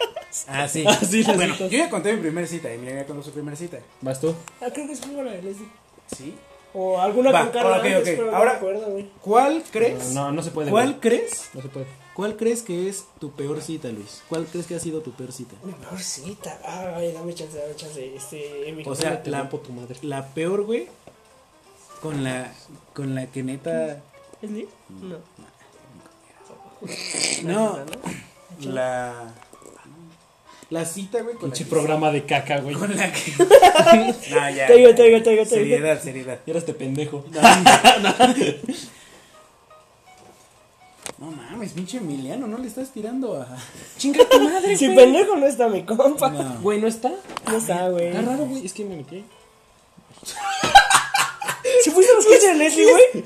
Speaker 1: Ah, sí.
Speaker 2: Así las
Speaker 1: bueno,
Speaker 2: citas.
Speaker 1: yo ya conté mi primer cita y mira, ya contó su primer cita.
Speaker 2: Vas tú.
Speaker 3: Ah, creo que es como la de Leslie.
Speaker 1: ¿Sí?
Speaker 3: O alguna
Speaker 1: Va,
Speaker 3: con Carla
Speaker 1: ok,
Speaker 3: antes,
Speaker 1: ok.
Speaker 3: pero no
Speaker 1: Ahora-
Speaker 3: me acuerdo, güey.
Speaker 1: ¿Cuál crees?
Speaker 2: No, no se puede.
Speaker 1: ¿Cuál
Speaker 2: güey.
Speaker 1: crees?
Speaker 2: No se puede.
Speaker 1: ¿Cuál crees que es tu peor cita, Luis? ¿Cuál crees que ha sido tu peor cita?
Speaker 3: Mi peor cita. Ah, Ay, dame chance, dame chance. Este, Emi.
Speaker 1: O sea,
Speaker 2: Te
Speaker 1: la,
Speaker 2: rompo tu madre.
Speaker 1: la peor, güey, con la, con la que neta...
Speaker 3: ¿Leslie? No.
Speaker 1: No, la... La cita, güey, con la
Speaker 2: Pinche
Speaker 1: que...
Speaker 2: programa de caca, güey.
Speaker 1: Con la que... no, ya.
Speaker 3: Te digo, te digo, te digo, te digo.
Speaker 1: Seriedad, seriedad.
Speaker 2: Y era este pendejo.
Speaker 1: No mames, pinche Emiliano, no le estás tirando a...
Speaker 2: Chinga tu madre,
Speaker 3: Si
Speaker 2: güey.
Speaker 3: pendejo no está mi compa. No,
Speaker 1: No.
Speaker 2: Güey, ¿no está?
Speaker 3: está, Ah, güey.
Speaker 2: Está raro, güey. Es que me metí.
Speaker 3: Si fuiste a los 15 de Leslie, güey.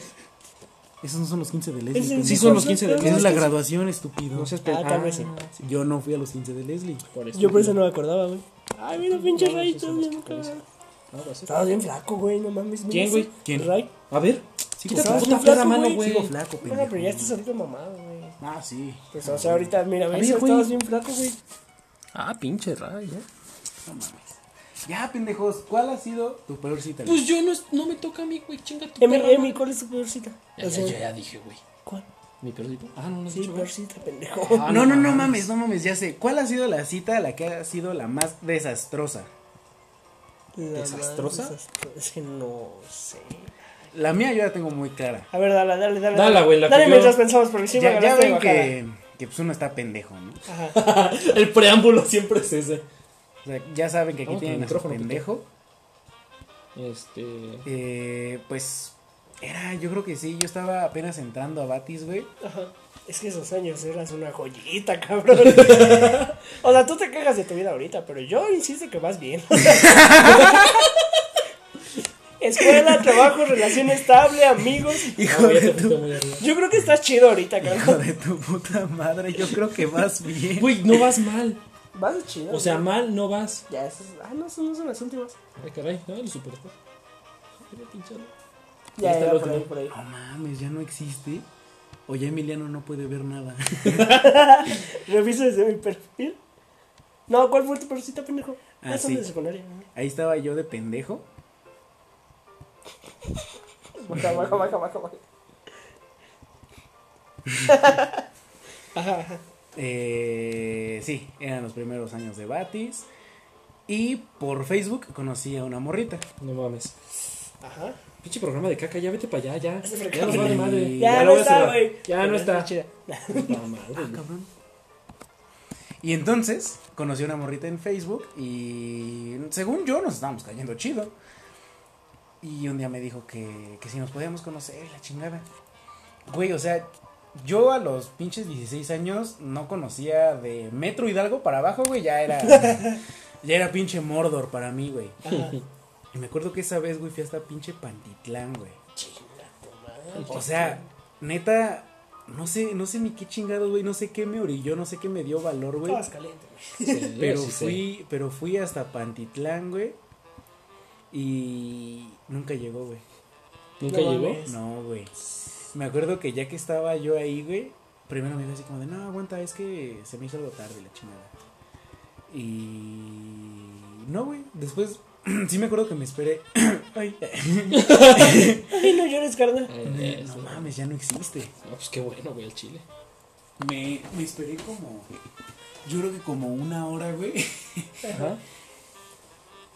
Speaker 1: Esos no son los 15 de
Speaker 3: Ese-
Speaker 1: Leslie.
Speaker 2: Sí,
Speaker 1: pendejo.
Speaker 2: son los 15 de
Speaker 1: Esa es la
Speaker 2: Leslie.
Speaker 1: graduación, estúpido.
Speaker 2: No seas
Speaker 3: Ah,
Speaker 2: pendejo.
Speaker 3: tal vez sí.
Speaker 1: Yo no fui a los 15 de Leslie.
Speaker 2: Por eso.
Speaker 3: Yo por eso no me acordaba, güey. Ay, mira, pinche
Speaker 2: No,
Speaker 3: Ray,
Speaker 2: esos
Speaker 3: todo
Speaker 2: son
Speaker 3: bien
Speaker 2: los que
Speaker 3: acá.
Speaker 2: parecen. Ahora sí.
Speaker 3: Estaba bien flaco, güey, no mames. mira
Speaker 2: ¿Quién,
Speaker 3: eso.
Speaker 2: güey?
Speaker 1: ¿Quién?
Speaker 3: Ray.
Speaker 2: A ver. Quita tu
Speaker 3: Estabas
Speaker 2: puta
Speaker 3: bien flaco,
Speaker 2: perra mano,
Speaker 3: güey.
Speaker 2: güey.
Speaker 1: Sigo flaco, pendejo.
Speaker 3: Bueno, pero ya estás ahorita mamado, güey.
Speaker 1: Ah, sí.
Speaker 3: Pues, o sea, ahorita, mira, me
Speaker 2: ver,
Speaker 3: dice,
Speaker 2: güey.
Speaker 3: estabas bien flaco, güey.
Speaker 2: Ah, pinche raya.
Speaker 1: No mames. Ya, pendejos, ¿cuál ha sido tu peor cita?
Speaker 2: Pues yo no, es- no me toca a mí, güey. Chinga tu
Speaker 3: Emi,
Speaker 2: perra
Speaker 3: Emi,
Speaker 2: madre.
Speaker 3: Em, ¿cuál es tu peor cita?
Speaker 2: Ya,
Speaker 3: O
Speaker 2: ya,
Speaker 3: sea,
Speaker 2: ya, ya dije, güey.
Speaker 3: ¿Cuál?
Speaker 2: ¿Mi perrito?
Speaker 1: Pues,
Speaker 2: Ah, no, no.
Speaker 3: Sí,
Speaker 2: dicho,
Speaker 3: peor
Speaker 2: güey.
Speaker 3: cita, pendejo.
Speaker 2: Ah,
Speaker 1: no, no, no mames, no mames, ya sé. ¿Cuál ha sido la cita la que ha sido la más desastrosa?
Speaker 3: La más
Speaker 2: ¿Desastrosa?
Speaker 3: desastro- Es que no sé.
Speaker 1: La mía yo la tengo muy clara.
Speaker 3: A ver, dale, dale, dale.
Speaker 2: Dala, güey, la
Speaker 3: Dale
Speaker 2: que yo-
Speaker 3: mientras pensamos, porque si me
Speaker 1: ya, ya
Speaker 3: ganaste
Speaker 1: ven
Speaker 3: bajada.
Speaker 1: que, que pues uno está pendejo, ¿no?
Speaker 3: Ajá.
Speaker 2: El preámbulo siempre es ese.
Speaker 1: O sea, ya saben que aquí
Speaker 2: Vamos con el
Speaker 1: tienen a su
Speaker 2: micrófono,
Speaker 1: pendejo.
Speaker 2: Este.
Speaker 1: Eh, pues era, yo creo que sí, yo estaba apenas entrando a Batis, güey.
Speaker 3: Ajá. Es que esos años eras una joyita, cabrón. o sea, tú te quejas de tu vida ahorita, pero yo insisto que vas bien. Escuela, trabajo, relación estable, amigos.
Speaker 1: Hijo
Speaker 2: No,
Speaker 1: de
Speaker 2: ya te
Speaker 1: tu
Speaker 2: fuiste muy arriba.
Speaker 3: Yo creo que estás chido ahorita,
Speaker 1: Hijo
Speaker 3: cabrón.
Speaker 1: de tu puta madre, yo creo que vas bien.
Speaker 2: Güey, no vas mal.
Speaker 3: Vas chido.
Speaker 2: O sea,
Speaker 3: güey.
Speaker 2: mal no vas.
Speaker 3: ya esas. Ah, no, son, no son las últimas.
Speaker 2: Ay, caray, no, el superstar. Mira, pinche.
Speaker 3: Ya,
Speaker 2: está el
Speaker 3: ya, por
Speaker 2: último.
Speaker 3: ahí, por ahí.
Speaker 1: No mames, ya no existe. O ya Emiliano no puede ver nada.
Speaker 3: Reviso desde mi perfil. No, ¿cuál fue tu percita, pendejo?
Speaker 1: Ah,
Speaker 3: Ah, son
Speaker 1: sí.
Speaker 3: de secundaria. ¿no?
Speaker 1: Ahí estaba yo de pendejo.
Speaker 3: Baja, baja, baja, baja, baja. Ajá, ajá.
Speaker 1: Eh, sí, eran los primeros años de Batis.
Speaker 5: Y por Facebook conocí a una morrita.
Speaker 2: No mames.
Speaker 3: Ajá.
Speaker 2: Pinche programa de caca, ya vete para allá, ya.
Speaker 3: Ese
Speaker 2: Ya nos
Speaker 3: Este programa.
Speaker 2: vale madre.
Speaker 5: Y
Speaker 3: Ya,
Speaker 2: lo
Speaker 3: no
Speaker 2: voy a
Speaker 3: está,
Speaker 2: cerrar.
Speaker 3: güey.
Speaker 2: Ya no está.
Speaker 3: chida.
Speaker 2: Puta madre, güey.
Speaker 5: Cabrón. Y entonces conocí a una morrita en Facebook y según yo nos estábamos cayendo chido. Y un día me dijo que, que si nos podíamos conocer, la chingada. Güey, o sea, yo a los pinches 16 años no conocía de Metro Hidalgo para abajo, güey, ya era ya era pinche Mordor para mí, güey.
Speaker 3: Ajá.
Speaker 5: Y me acuerdo que esa vez, güey, fui hasta pinche Pantitlán, güey.
Speaker 3: Chinga tu madre.
Speaker 5: O sea, neta, no sé, no sé ni qué chingado, güey, no sé qué me orilló, no sé qué me dio valor, güey.
Speaker 3: Estabas caliente, güey.
Speaker 2: Sí,
Speaker 5: Pero
Speaker 2: sí sé.
Speaker 5: fui, pero fui hasta Pantitlán, güey. Y nunca llegó, güey.
Speaker 2: Nunca
Speaker 3: No
Speaker 2: llegó.
Speaker 3: mames.
Speaker 5: No, güey. Me acuerdo que ya que estaba yo ahí, güey, primero me dijo así como de, no, aguanta, es que se me hizo algo tarde la chingada. Y no, güey, después sí me acuerdo que me esperé. Ay,
Speaker 3: Ay, no llores, carnal.
Speaker 2: Eh,
Speaker 5: no
Speaker 2: no,
Speaker 5: mames, ya no existe.
Speaker 2: no, pues qué bueno, güey, el chile.
Speaker 1: Me, me esperé como. Yo creo que como una hora, güey.
Speaker 2: Ajá.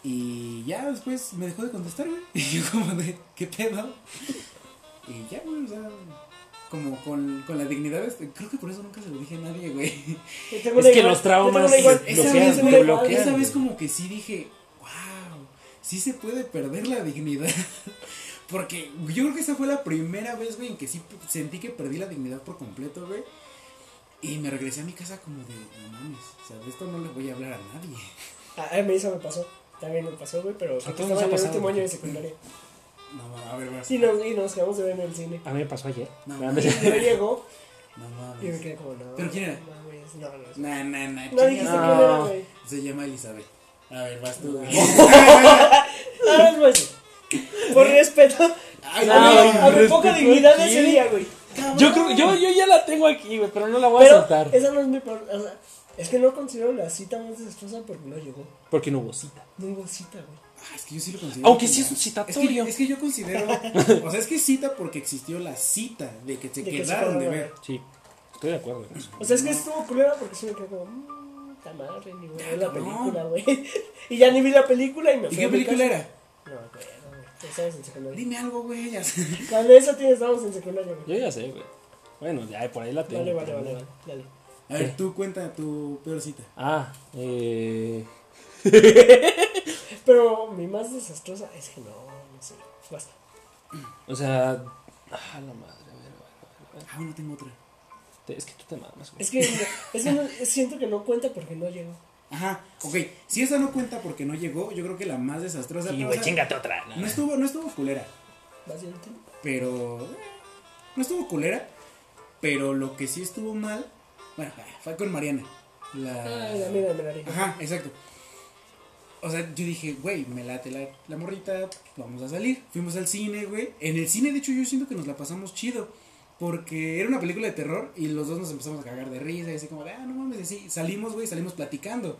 Speaker 1: Y ya después me dejó de contestar, güey. Y yo como de, ¿qué pedo? Y ya, güey, o sea, como con, con la dignidad, este, creo que por eso nunca se lo dije a nadie, güey.
Speaker 3: Yo tengo una
Speaker 2: Es que
Speaker 3: igual-
Speaker 2: los traumas
Speaker 3: yo tengo una igual.
Speaker 2: Bloquean,
Speaker 1: Esa vez,
Speaker 2: te
Speaker 1: güey,
Speaker 2: bloquean,
Speaker 1: esa vez
Speaker 2: güey.
Speaker 1: como que sí dije, wow, sí se puede perder la dignidad. Porque yo creo que esa fue la primera vez, güey, en que sí sentí que perdí la dignidad por completo, güey. Y me regresé a mi casa como de, no mames, o sea, de esto no le voy a hablar a nadie.
Speaker 3: Ah, a mí eso me pasó. También me pasó, güey, pero
Speaker 2: todos
Speaker 3: estaba
Speaker 2: nos ha
Speaker 3: en el
Speaker 2: pasado,
Speaker 3: último
Speaker 2: güey.
Speaker 3: año de secundaria.
Speaker 1: No, a ver, vas.
Speaker 3: Sí, nos, y nos acabamos de ver en el cine.
Speaker 2: A mí me pasó ayer.
Speaker 1: No, no.
Speaker 2: Nada más.
Speaker 3: Yo llegó
Speaker 1: No
Speaker 3: y me
Speaker 1: mames.
Speaker 3: quedé como, no.
Speaker 1: ¿Pero quién era?
Speaker 3: No, güey, no, no. No,
Speaker 1: Nah, nah, nah,
Speaker 3: no
Speaker 1: chinga.
Speaker 3: dijiste
Speaker 2: No.
Speaker 3: quién era, güey.
Speaker 1: Se llama Elizabeth. A ver, vas tú, güey.
Speaker 3: Ah, es más, Por respeto.
Speaker 1: Ay,
Speaker 2: No,
Speaker 1: güey.
Speaker 3: a mi
Speaker 2: respeto
Speaker 3: poca dignidad de
Speaker 2: aquí.
Speaker 3: ese día, güey.
Speaker 2: Yo creo yo, yo ya la tengo aquí, güey, pero no la voy a
Speaker 3: Pero
Speaker 2: soltar.
Speaker 3: esa no es mi peor. o sea, es que no considero la cita más desastrosa porque no llegó.
Speaker 2: Porque no hubo cita.
Speaker 3: No hubo cita, güey.
Speaker 1: Ah, es que yo sí lo considero.
Speaker 2: Aunque
Speaker 1: como-
Speaker 2: sí es un
Speaker 1: Es que,
Speaker 2: citatorio.
Speaker 1: es que yo considero. o sea, es que es cita porque existió la cita de que se
Speaker 3: De que se
Speaker 1: quedaron de
Speaker 3: quedaron.
Speaker 1: ver.
Speaker 2: Sí, estoy de acuerdo en eso.
Speaker 3: O sea, es que estuvo culera porque sí me quedé como. Mmm, madre, ni voy a ver la película, güey. Y ya ni vi la película y me
Speaker 1: ¿Y
Speaker 3: fui
Speaker 1: qué
Speaker 3: a mi
Speaker 1: película
Speaker 3: casa.
Speaker 1: era?
Speaker 3: No, me acuerdo, güey. Estábamos en secundaria.
Speaker 1: Dime algo, güey. ya sé.
Speaker 3: Cuando eso tienes, estábamos en secundaria, güey.
Speaker 2: Yo ya sé, güey. Bueno, ya por ahí la tengo.
Speaker 3: Vale, vale,
Speaker 2: pero
Speaker 3: vale,
Speaker 2: no.
Speaker 3: vale. Dale.
Speaker 1: A ver, tú cuenta tu peor cita.
Speaker 2: Ah, eh.
Speaker 3: Pero mi más desastrosa es que no, no sé. Basta.
Speaker 2: O sea. Ah, la madre, a ver, a ver.
Speaker 1: Ah, no tengo otra.
Speaker 2: Te- Es que tú te mamas, güey.
Speaker 3: Es que, es que no- siento que no cuenta porque no llegó.
Speaker 1: Ajá, ok. Si esa no cuenta porque no llegó, yo creo que la más desastrosa.
Speaker 2: Sí,
Speaker 1: pero,
Speaker 2: güey,
Speaker 1: o sea,
Speaker 2: chingate otra. No,
Speaker 1: No estuvo, no estuvo culera.
Speaker 3: Más bien tú.
Speaker 1: pero eh, no estuvo culera. Pero lo que sí estuvo mal, bueno, fue con Mariana. La,
Speaker 3: Ay, la mira, me la dije.
Speaker 1: Ajá, exacto. O sea, yo dije, güey, me late la, la morrita, vamos a salir. Fuimos al cine, güey. En el cine, de hecho, yo siento que nos la pasamos chido. Porque era una película de terror y los dos nos empezamos a cagar de risa y así como de, ah, no mames, y así. Salimos, güey, salimos platicando.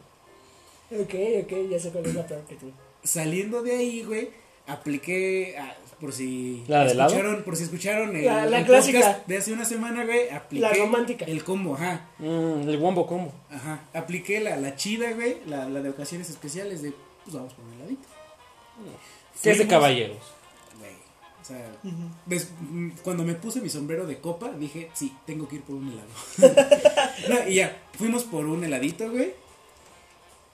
Speaker 3: Ok, ok, ya sé cuál es la peor que tuve.
Speaker 1: Saliendo de ahí, güey, apliqué, ah, por si
Speaker 2: ¿La de lado?
Speaker 1: escucharon, por si escucharon el,
Speaker 3: La- la
Speaker 1: el podcast
Speaker 3: clásica.
Speaker 1: de hace una semana, güey, apliqué
Speaker 3: La romántica.
Speaker 1: el combo, ajá.
Speaker 2: Mm, el wombo combo.
Speaker 1: Ajá, apliqué la, la chida, güey, la, la de ocasiones especiales de, pues vamos por un heladito.
Speaker 2: Que es de
Speaker 1: Fuimos-
Speaker 2: caballeros.
Speaker 1: Güey, o sea, ves, mm, cuando me puse mi sombrero de copa, dije, sí, tengo que ir por un helado. No, y ya, fuimos por un heladito, güey.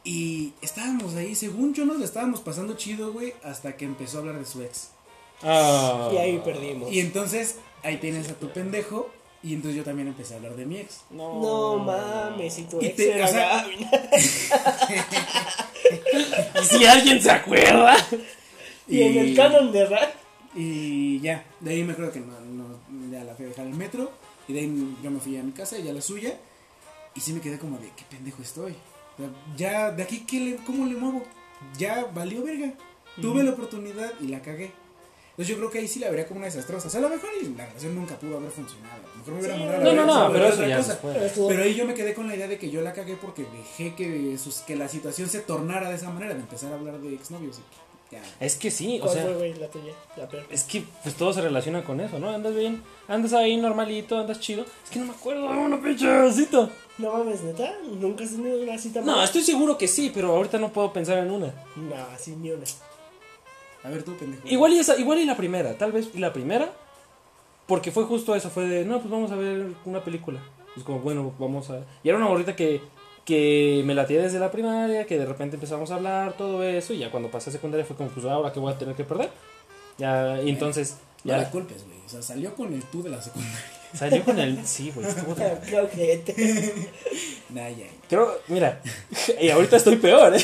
Speaker 1: Y estábamos ahí, según yo nos la estábamos pasando chido, güey, hasta que empezó a hablar de su ex.
Speaker 2: Ah.
Speaker 3: Y ahí perdimos.
Speaker 1: Y entonces, ahí tienes a tu pendejo, y entonces yo también empecé a hablar de mi ex.
Speaker 2: No,
Speaker 3: No mames, y tu
Speaker 1: Y
Speaker 3: ex
Speaker 1: te-
Speaker 3: era
Speaker 1: o sea-
Speaker 3: Gaby.
Speaker 2: Si alguien se acuerda.
Speaker 3: Y, en el canon de Ra.
Speaker 1: Y ya, de ahí me acuerdo que no, no- ya la fui a dejar al metro. Y de ahí yo me fui a mi casa, ella a la suya. Y sí me quedé como de, qué pendejo estoy. O sea, ya, de aquí, ¿qué le- ¿cómo le muevo? Ya valió verga. Tuve la oportunidad y la cagué. Entonces yo creo que ahí sí la vería como una desastrosa. O sea, a lo mejor y la relación nunca pudo haber funcionado. A lo mejor me hubiera
Speaker 3: Sí,
Speaker 1: mandado a
Speaker 2: No,
Speaker 1: la
Speaker 2: no,
Speaker 1: verga,
Speaker 2: no,
Speaker 1: se
Speaker 2: pero
Speaker 1: volvió
Speaker 2: eso
Speaker 1: otra
Speaker 2: ya
Speaker 1: cosa.
Speaker 3: Pero
Speaker 2: después.
Speaker 3: estuvo-
Speaker 1: Pero ahí yo me quedé con la idea de que yo la cagué porque dejé que, sus, que la situación se tornara de esa manera, de empezar a hablar de exnovios. y- Ya.
Speaker 2: Es que sí, o
Speaker 3: ¿Cuál
Speaker 2: sea,
Speaker 3: fue, güey, la tuya? La peor.
Speaker 2: es que pues todo se relaciona con eso, ¿no? Andas bien, andas ahí normalito, andas chido. Es que no me acuerdo, una pinche cita.
Speaker 3: No mames, neta, nunca has tenido una cita
Speaker 2: No,
Speaker 3: mala?
Speaker 2: estoy seguro que sí, pero ahorita no puedo pensar en una.
Speaker 3: No, así ni una.
Speaker 1: A ver tú, pendejo.
Speaker 2: Igual y esa, igual y la primera, tal vez y la primera, porque fue justo eso, fue de, no, pues vamos a ver una película. Es como, bueno, vamos a... Y era una morrita que, que me latía desde la primaria, que de repente empezamos a hablar, todo eso, y ya cuando pasé a secundaria fue como, pues ahora que voy a tener que perder. Ya, y entonces,
Speaker 1: No la
Speaker 2: ya
Speaker 1: culpes, güey. O sea, salió con el tú de la secundaria.
Speaker 2: salió con el... Sí, güey, estuvo de-
Speaker 3: Claro que te-
Speaker 1: Nah, ya. güey.
Speaker 2: Creo, mira, y ahorita estoy peor, ¿eh?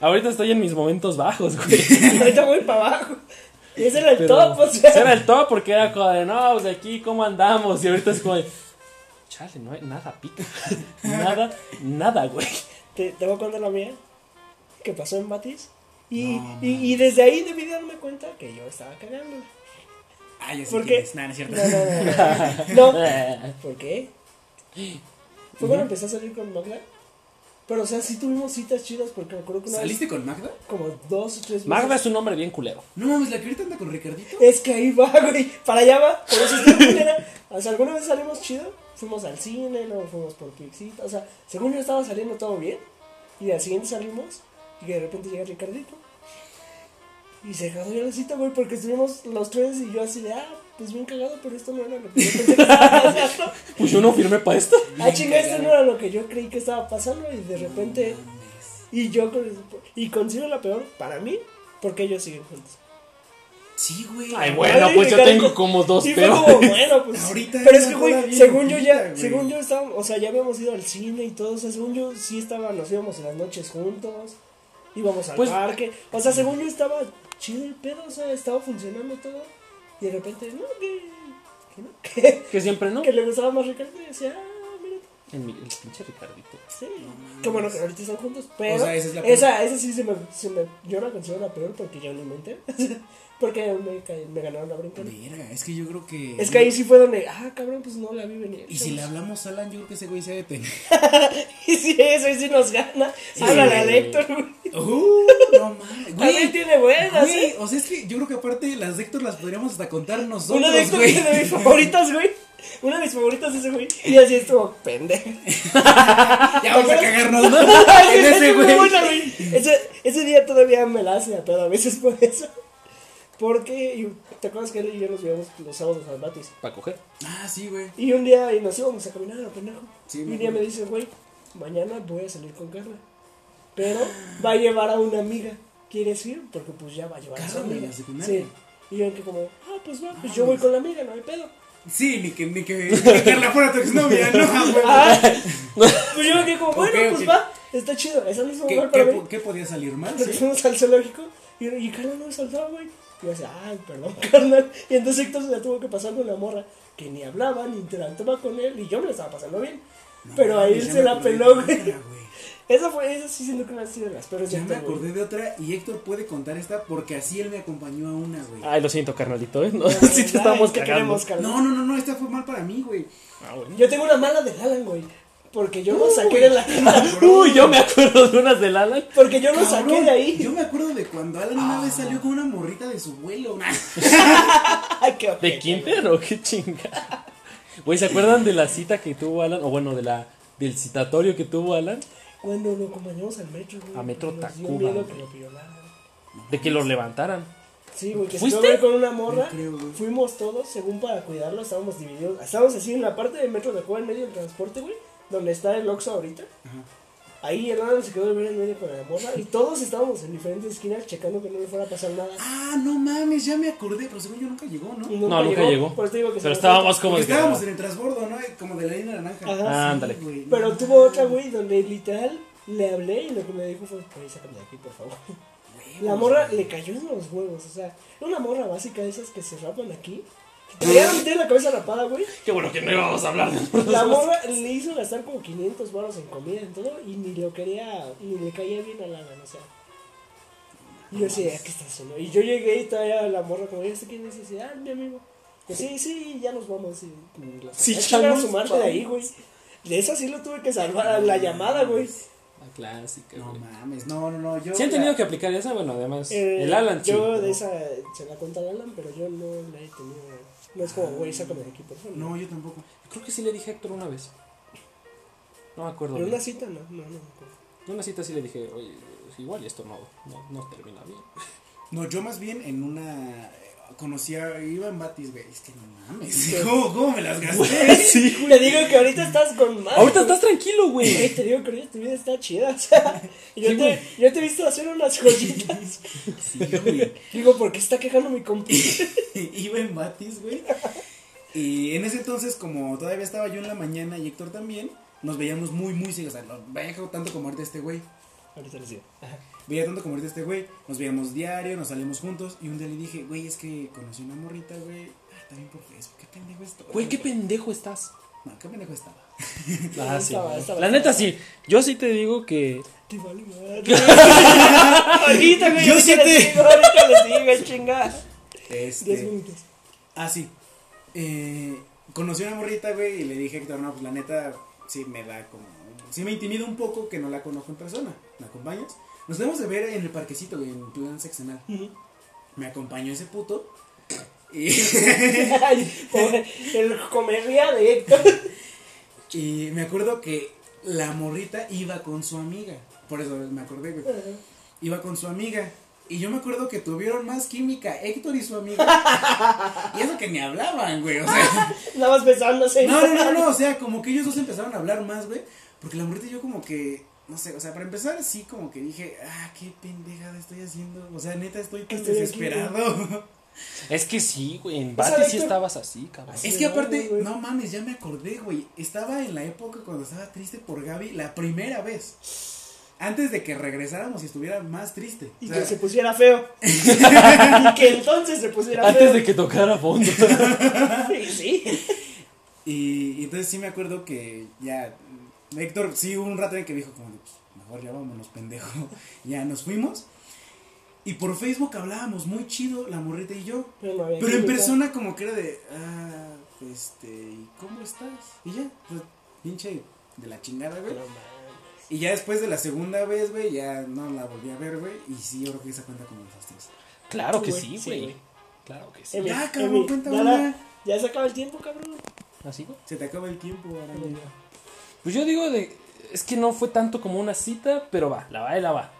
Speaker 2: Ahorita estoy en mis momentos bajos, güey.
Speaker 3: Ahorita voy para abajo. Ese era el
Speaker 2: Pero
Speaker 3: top, o sea.
Speaker 2: Era el top porque era como de, no, pues aquí, ¿cómo andamos? Y ahorita es como de, chale, no hay nada, pica. nada, nada, güey.
Speaker 3: ¿Te, te voy a contar la mía. Que pasó en Batis. Y, y, y desde ahí debí darme cuenta que yo estaba cagando.
Speaker 1: Ah, ya sé
Speaker 3: ¿Por
Speaker 1: quién
Speaker 3: qué?
Speaker 1: es. Nah, no es cierto.
Speaker 3: No, no, no. no. No.
Speaker 2: Eh,
Speaker 3: ¿Por qué? Fue cuando empecé a salir con Magda. Pero, o sea, sí tuvimos citas chidas porque me acuerdo que una vez,
Speaker 1: ¿Saliste con Magda?
Speaker 3: como dos o tres veces.
Speaker 2: Magda es un hombre bien culero.
Speaker 1: No mames, la que ahorita anda con Ricardito.
Speaker 3: Es que ahí va, güey. Para allá va. Por eso estoy culera. O sea, alguna vez salimos chido. Fuimos al cine, luego fuimos por Pixita. O sea, según yo estaba saliendo todo bien. Y al siguiente salimos. Y de repente llega Ricardito. Y se cagó la cita, güey, porque estuvimos los tres y yo así de, ah, pues bien cagado, pero esto no era lo que yo pensé que estaba pasando.
Speaker 2: Pues yo no firmé para esto.
Speaker 3: Ah, chinga, esto no era lo que yo creí que estaba pasando. Y de repente. Y yo. con- Y considero la peor para mí, porque ellos siguen juntos.
Speaker 1: Sí, güey.
Speaker 2: Ay, bueno, pues yo tengo como dos
Speaker 3: Sí, fue como,
Speaker 2: peores.
Speaker 3: bueno, pues.
Speaker 1: Ahorita
Speaker 3: pero
Speaker 1: es
Speaker 3: es que,
Speaker 1: una cosa
Speaker 3: güey,
Speaker 1: bien
Speaker 3: según yo ya,
Speaker 1: bonita, güey.
Speaker 3: según yo estábamos, o sea, ya habíamos ido al cine y todo, o sea, según yo sí estaba, nos íbamos en las noches juntos, íbamos al
Speaker 2: Pues-
Speaker 3: parque, o sea, según yo estaba chido el pedo, o sea, estaba funcionando todo, y de repente, no, que, que no, que,
Speaker 2: Que siempre no.
Speaker 3: que le gustaba más Ricardo, y decía, ah, mira,
Speaker 2: El, mi- el pinche Ricardito.
Speaker 3: sí, qué bueno que ahorita están juntos, pero,
Speaker 1: O sea, esa es la
Speaker 3: esa, esa sí se me, se me, yo la considero la peor porque yo no me enteré, porque me, ca- me ganaron la bronca.
Speaker 1: Verga, es que yo creo que.
Speaker 3: Es que ahí sí fue donde, ah, cabrón, pues no la vi venir.
Speaker 1: Y si le hablamos a Alan, yo creo que ese güey se ha de tener.
Speaker 3: Y si eso, y si nos gana,
Speaker 2: Sí.
Speaker 3: háblale a Héctor, güey.
Speaker 1: Uh, no mames.
Speaker 3: También
Speaker 1: Güey,
Speaker 3: tiene buenas,
Speaker 1: güey,
Speaker 3: ¿eh?
Speaker 1: o sea, es que yo creo que aparte las de Héctor las podríamos hasta contar
Speaker 3: Una de
Speaker 1: nosotros,
Speaker 3: Héctor
Speaker 1: güey.
Speaker 3: es de mis favoritas, güey. Una de mis favoritas es ese güey. Y así estuvo pendejo.
Speaker 1: Ya vamos a cagarnos, ¿no?
Speaker 3: Ay,
Speaker 1: en ese
Speaker 3: es muy
Speaker 1: güey.
Speaker 3: buena, güey. Ese, ese día todavía me la hace a pedo a veces por eso. Porque, y- ¿te acuerdas que él y yo nos llevamos los sábados al Batis?
Speaker 2: Para coger.
Speaker 1: Ah, sí, güey.
Speaker 3: Y un día y nos íbamos a caminar a pendejo.
Speaker 1: Sí,
Speaker 3: y
Speaker 1: me
Speaker 3: un día me
Speaker 1: acuerdo.
Speaker 3: dice, güey, mañana voy a salir con Carla. Pero va a llevar a una amiga. ¿Quieres ir? Porque pues ya va a llevar a su
Speaker 1: Carla de la
Speaker 3: amiga.
Speaker 1: secundaria.
Speaker 3: Sí. Y yo que como, ah, pues va, pues yo voy con la amiga, no hay pedo.
Speaker 1: Sí, ni que, ni que, ni que la fuera tu exnovia, no, güey.
Speaker 3: Ah, pues yo que como, bueno,
Speaker 1: Ok,
Speaker 3: pues
Speaker 1: ok.
Speaker 3: va, está chido, es el mismo
Speaker 1: ¿Qué,
Speaker 3: lugar
Speaker 1: qué
Speaker 3: para
Speaker 1: po-
Speaker 3: mí.
Speaker 1: qué podía salir mal?
Speaker 3: Porque
Speaker 1: Sí.
Speaker 3: fuimos al zoológico y, y Carla no me saltaba, güey. Y yo decía, ay, perdón, carnal. Y entonces Héctor se la tuvo que pasar con la morra, que ni hablaba, ni interactuaba con él, y yo me la estaba pasando bien. Pero ahí él
Speaker 1: Ya
Speaker 3: se
Speaker 1: me
Speaker 3: la
Speaker 1: acordé
Speaker 3: peló,
Speaker 1: de
Speaker 3: güey.
Speaker 1: otra, güey.
Speaker 3: Esa fue, esa sí siento que una ha sido de las peores de
Speaker 1: Ya me
Speaker 3: Héctor, güey.
Speaker 1: acordé de otra y Héctor puede contar esta porque así él me acompañó a una, güey.
Speaker 3: Ah,
Speaker 2: Ay, lo siento, carnalito, ¿eh? No,
Speaker 3: Ay,
Speaker 2: sí te estamos
Speaker 3: ¿qué
Speaker 2: cagando.
Speaker 3: queremos, carnal?
Speaker 1: No, no, no, no, esta fue mal para mí, güey.
Speaker 2: Ah, bueno.
Speaker 3: Yo tengo una mala de Alan, güey. Porque yo lo saqué de la.
Speaker 2: Uy, yo me acuerdo de unas del Alan.
Speaker 3: Porque yo lo saqué
Speaker 1: Cabrón,
Speaker 3: de ahí.
Speaker 1: Yo me acuerdo de cuando Alan una vez salió con una morrita de su vuelo. nah.
Speaker 3: Ay, qué
Speaker 2: ¿De
Speaker 3: ojete,
Speaker 2: Quinter o qué chinga? Güey, ¿se acuerdan de la cita que tuvo Alan? O bueno, de la del citatorio que tuvo Alan.
Speaker 3: güey. Cuando lo acompañamos al metro, güey.
Speaker 2: A Metro
Speaker 3: nos dio
Speaker 2: Tacuba,
Speaker 3: miedo
Speaker 2: güey.
Speaker 3: que lo violaran.
Speaker 2: De que los levantaran.
Speaker 3: Sí, güey, que
Speaker 2: ¿Fuiste?
Speaker 3: se fue con una morra.
Speaker 1: No creo, güey.
Speaker 3: Fuimos todos, según para cuidarlo, estábamos divididos. Estábamos así en la parte del metro de Cuba, en medio del transporte, güey, donde está el Oxxo ahorita. Ahí el Alan se quedó de ver en medio con la morra y todos estábamos en diferentes esquinas checando que no le fuera a pasar nada.
Speaker 1: Ah, no mames, ya me acordé, pero según yo nunca llegó, ¿no?
Speaker 3: Y
Speaker 2: No, nunca llegó.
Speaker 3: Por eso te digo que se
Speaker 2: Pero
Speaker 3: nos
Speaker 2: estábamos
Speaker 3: fue.
Speaker 2: como
Speaker 1: Porque
Speaker 2: de que,
Speaker 1: estábamos en el transbordo, ¿no? Como de la línea naranja.
Speaker 3: Ajá,
Speaker 2: Ah, ándale.
Speaker 1: güey.
Speaker 3: Pero tuvo otra, güey, donde literal le hablé y lo que me dijo fue, güey, sácame de aquí, por favor. La morra le cayó en los huevos, o sea, era una morra básica de esas que se rapan aquí. Que Te la mitad de la cabeza rapada, güey.
Speaker 2: Qué bueno que no íbamos a hablar de otras
Speaker 3: La
Speaker 2: cosas.
Speaker 3: morra le hizo gastar como 500 baros en comida en todo y ni lo quería, ni le caía bien a Alan, o sea. Y yo decía, ¿qué está haciendo? Y yo llegué y todavía la morra como, ¿ya sé quién es? Y decía, ah, mi amigo. Pues, sí, sí, ya nos vamos. Y, y la-
Speaker 2: Sí,
Speaker 3: a
Speaker 2: ya
Speaker 3: chingar a
Speaker 2: nos
Speaker 3: su madre de ahí, güey. De esa sí lo tuve que salvar, a la llamada, güey.
Speaker 2: La clásica,
Speaker 1: No
Speaker 2: güey.
Speaker 1: mames, no, no, no. Yo
Speaker 2: Si han
Speaker 1: la-
Speaker 2: tenido que aplicar esa, bueno, además.
Speaker 3: Eh,
Speaker 2: el Alan, sí,
Speaker 3: Yo
Speaker 2: ¿no?
Speaker 3: de esa se la conté al Alan, pero yo no la he tenido. No es como, güey, sácame de aquí, por favor.
Speaker 1: No, yo tampoco.
Speaker 2: Creo que sí le dije a Héctor una vez. No me acuerdo.
Speaker 3: En
Speaker 2: bien.
Speaker 3: una cita, no, no, no.
Speaker 2: En una cita sí le dije, oye, igual y esto no, no, no termina bien.
Speaker 1: No, yo más bien en una. eh, Conocía, iba en Batis, güey. Es que no mames. ¿Cómo, cómo me las gasté?
Speaker 2: sí,
Speaker 3: Te digo que ahorita estás con más.
Speaker 2: Ahorita estás tranquilo,
Speaker 3: Güey,
Speaker 2: güey.
Speaker 3: te digo que ahorita tu vida está chida. O sea, yo,
Speaker 2: Sí, güey.
Speaker 3: te, yo te he visto hacer unas joyitas.
Speaker 1: Sí, güey.
Speaker 3: Digo, ¿por qué está quejando mi compi?
Speaker 1: iba en Batis, güey. Y en ese entonces, como todavía estaba yo en la mañana y Héctor también, nos veíamos muy, muy seguidos. O sea, no veía tanto como ahorita este güey.
Speaker 3: Ahorita les digo.
Speaker 1: Veía tanto como ahorita este güey. Nos veíamos diario, nos salíamos juntos. Y un día le dije, güey, es que conocí una morrita, güey. Ah, también por Facebook. Qué pendejo esto.
Speaker 2: Güey, qué pendejo estás.
Speaker 1: No, qué pendejo estaba.
Speaker 2: Ah, sí,
Speaker 3: Estaba-
Speaker 2: güey.
Speaker 3: estaba-
Speaker 2: La neta, sí. Yo sí te digo que.
Speaker 3: Te vale madre. Ahorita, güey.
Speaker 1: Yo
Speaker 3: ahorita
Speaker 1: sí
Speaker 3: les
Speaker 1: te-
Speaker 3: digo, Ahorita les digo, chingada. Diez
Speaker 1: Este.
Speaker 3: minutos.
Speaker 1: Ah, sí. Eh, conocí una morrita, güey, y le dije a Héctor, no, pues la neta, sí me da como. Sí me intimida un poco que no la conozco en persona. ¿Me acompañas? Nos debemos de ver en el parquecito, güey, en plan seccional. Me acompañó ese puto. Y,
Speaker 3: Ay, pobre, el comería de Héctor.
Speaker 1: y me acuerdo que la morrita iba con su amiga. Por eso me acordé, güey. Iba con su amiga. Y yo me acuerdo que tuvieron más química Héctor y su amiga. y eso que ni hablaban, güey. O sea.
Speaker 3: Nada más besándose.
Speaker 1: No, no, no, no, o sea, como que ellos dos empezaron a hablar más, güey. Porque la morrita y yo como que, no sé, o sea, para empezar sí como que dije, ah, qué pendejada estoy haciendo. O sea, neta, estoy tan
Speaker 3: Estoy aquí,
Speaker 1: desesperado.
Speaker 2: Es que sí, güey. En
Speaker 3: sea,
Speaker 2: Bati sí
Speaker 3: Héctor-
Speaker 2: estabas así, cabrón.
Speaker 1: es que aparte, no mames, ya me acordé, güey. Estaba en la época cuando estaba triste por Gaby la primera vez. Antes de que regresáramos y estuviera más triste.
Speaker 3: Y
Speaker 1: O sea,
Speaker 3: que se pusiera feo. y que entonces se pusiera
Speaker 2: Antes
Speaker 3: feo.
Speaker 2: de que tocara fondo.
Speaker 3: Sí, sí.
Speaker 1: Y, y entonces sí me acuerdo que ya, Héctor, sí hubo un rato en que dijo como, de, "Pues, mejor ya vámonos, pendejo. ya nos fuimos. Y por Facebook hablábamos muy chido, la morrita y yo.
Speaker 3: Pero, no había
Speaker 1: Pero en
Speaker 3: química.
Speaker 1: persona como que era de, ah, este, ¿y ¿cómo estás? Y ya, o sea, pinche de la chingada, güey.
Speaker 3: No mames.
Speaker 1: Y ya después de la segunda vez, güey, ya no la volví a ver, güey. Y sí, yo creo que esa cuenta como los tres.
Speaker 2: Claro que
Speaker 3: Güey,
Speaker 2: sí,
Speaker 3: sí,
Speaker 2: güey.
Speaker 3: güey.
Speaker 2: Claro que sí.
Speaker 3: Emi,
Speaker 1: Ya, cabrón,
Speaker 3: Emi,
Speaker 1: cuenta
Speaker 3: ya,
Speaker 1: una.
Speaker 3: la- ya se acaba el tiempo, cabrón.
Speaker 2: ¿Así, güey?
Speaker 1: Se te acaba el tiempo, ahora
Speaker 2: Pues yo digo de. Es que no fue tanto como una cita, pero va, la va y la va.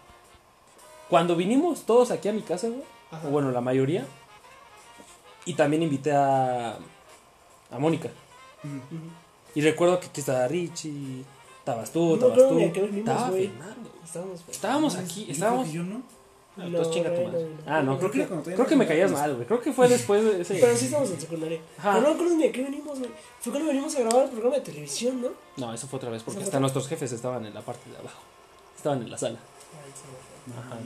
Speaker 2: Cuando vinimos todos aquí a mi casa, güey.
Speaker 3: Ajá.
Speaker 2: o Bueno, la mayoría. Y también invité a. a Mónica. Y recuerdo que aquí estaba Richie. Estabas tú,
Speaker 3: No
Speaker 2: estabas
Speaker 3: creo
Speaker 2: tú.
Speaker 3: ni a qué venimos,
Speaker 2: estaba
Speaker 3: güey.
Speaker 2: Fernando.
Speaker 3: Estábamos feos.
Speaker 2: Estábamos aquí, estábamos.
Speaker 1: Yo no.
Speaker 2: Ah,
Speaker 3: No,
Speaker 2: entonces chinga tu
Speaker 3: güey,
Speaker 2: madre.
Speaker 3: no, no.
Speaker 2: Ah, no, creo
Speaker 1: Creo
Speaker 2: que,
Speaker 1: que cuando
Speaker 2: creo que me caías
Speaker 1: teníamos-
Speaker 2: mal, güey. Creo que fue después de ese.
Speaker 3: Pero sí estábamos en secundaria.
Speaker 2: Ajá.
Speaker 3: Pero no recuerdo ni a qué venimos, güey. Fue cuando venimos a grabar el programa de televisión, ¿no?
Speaker 2: No, eso fue otra vez, porque
Speaker 3: Eso fue
Speaker 2: hasta
Speaker 3: otra-
Speaker 2: nuestros jefes estaban en la parte de abajo. Estaban en la sala. Ajá.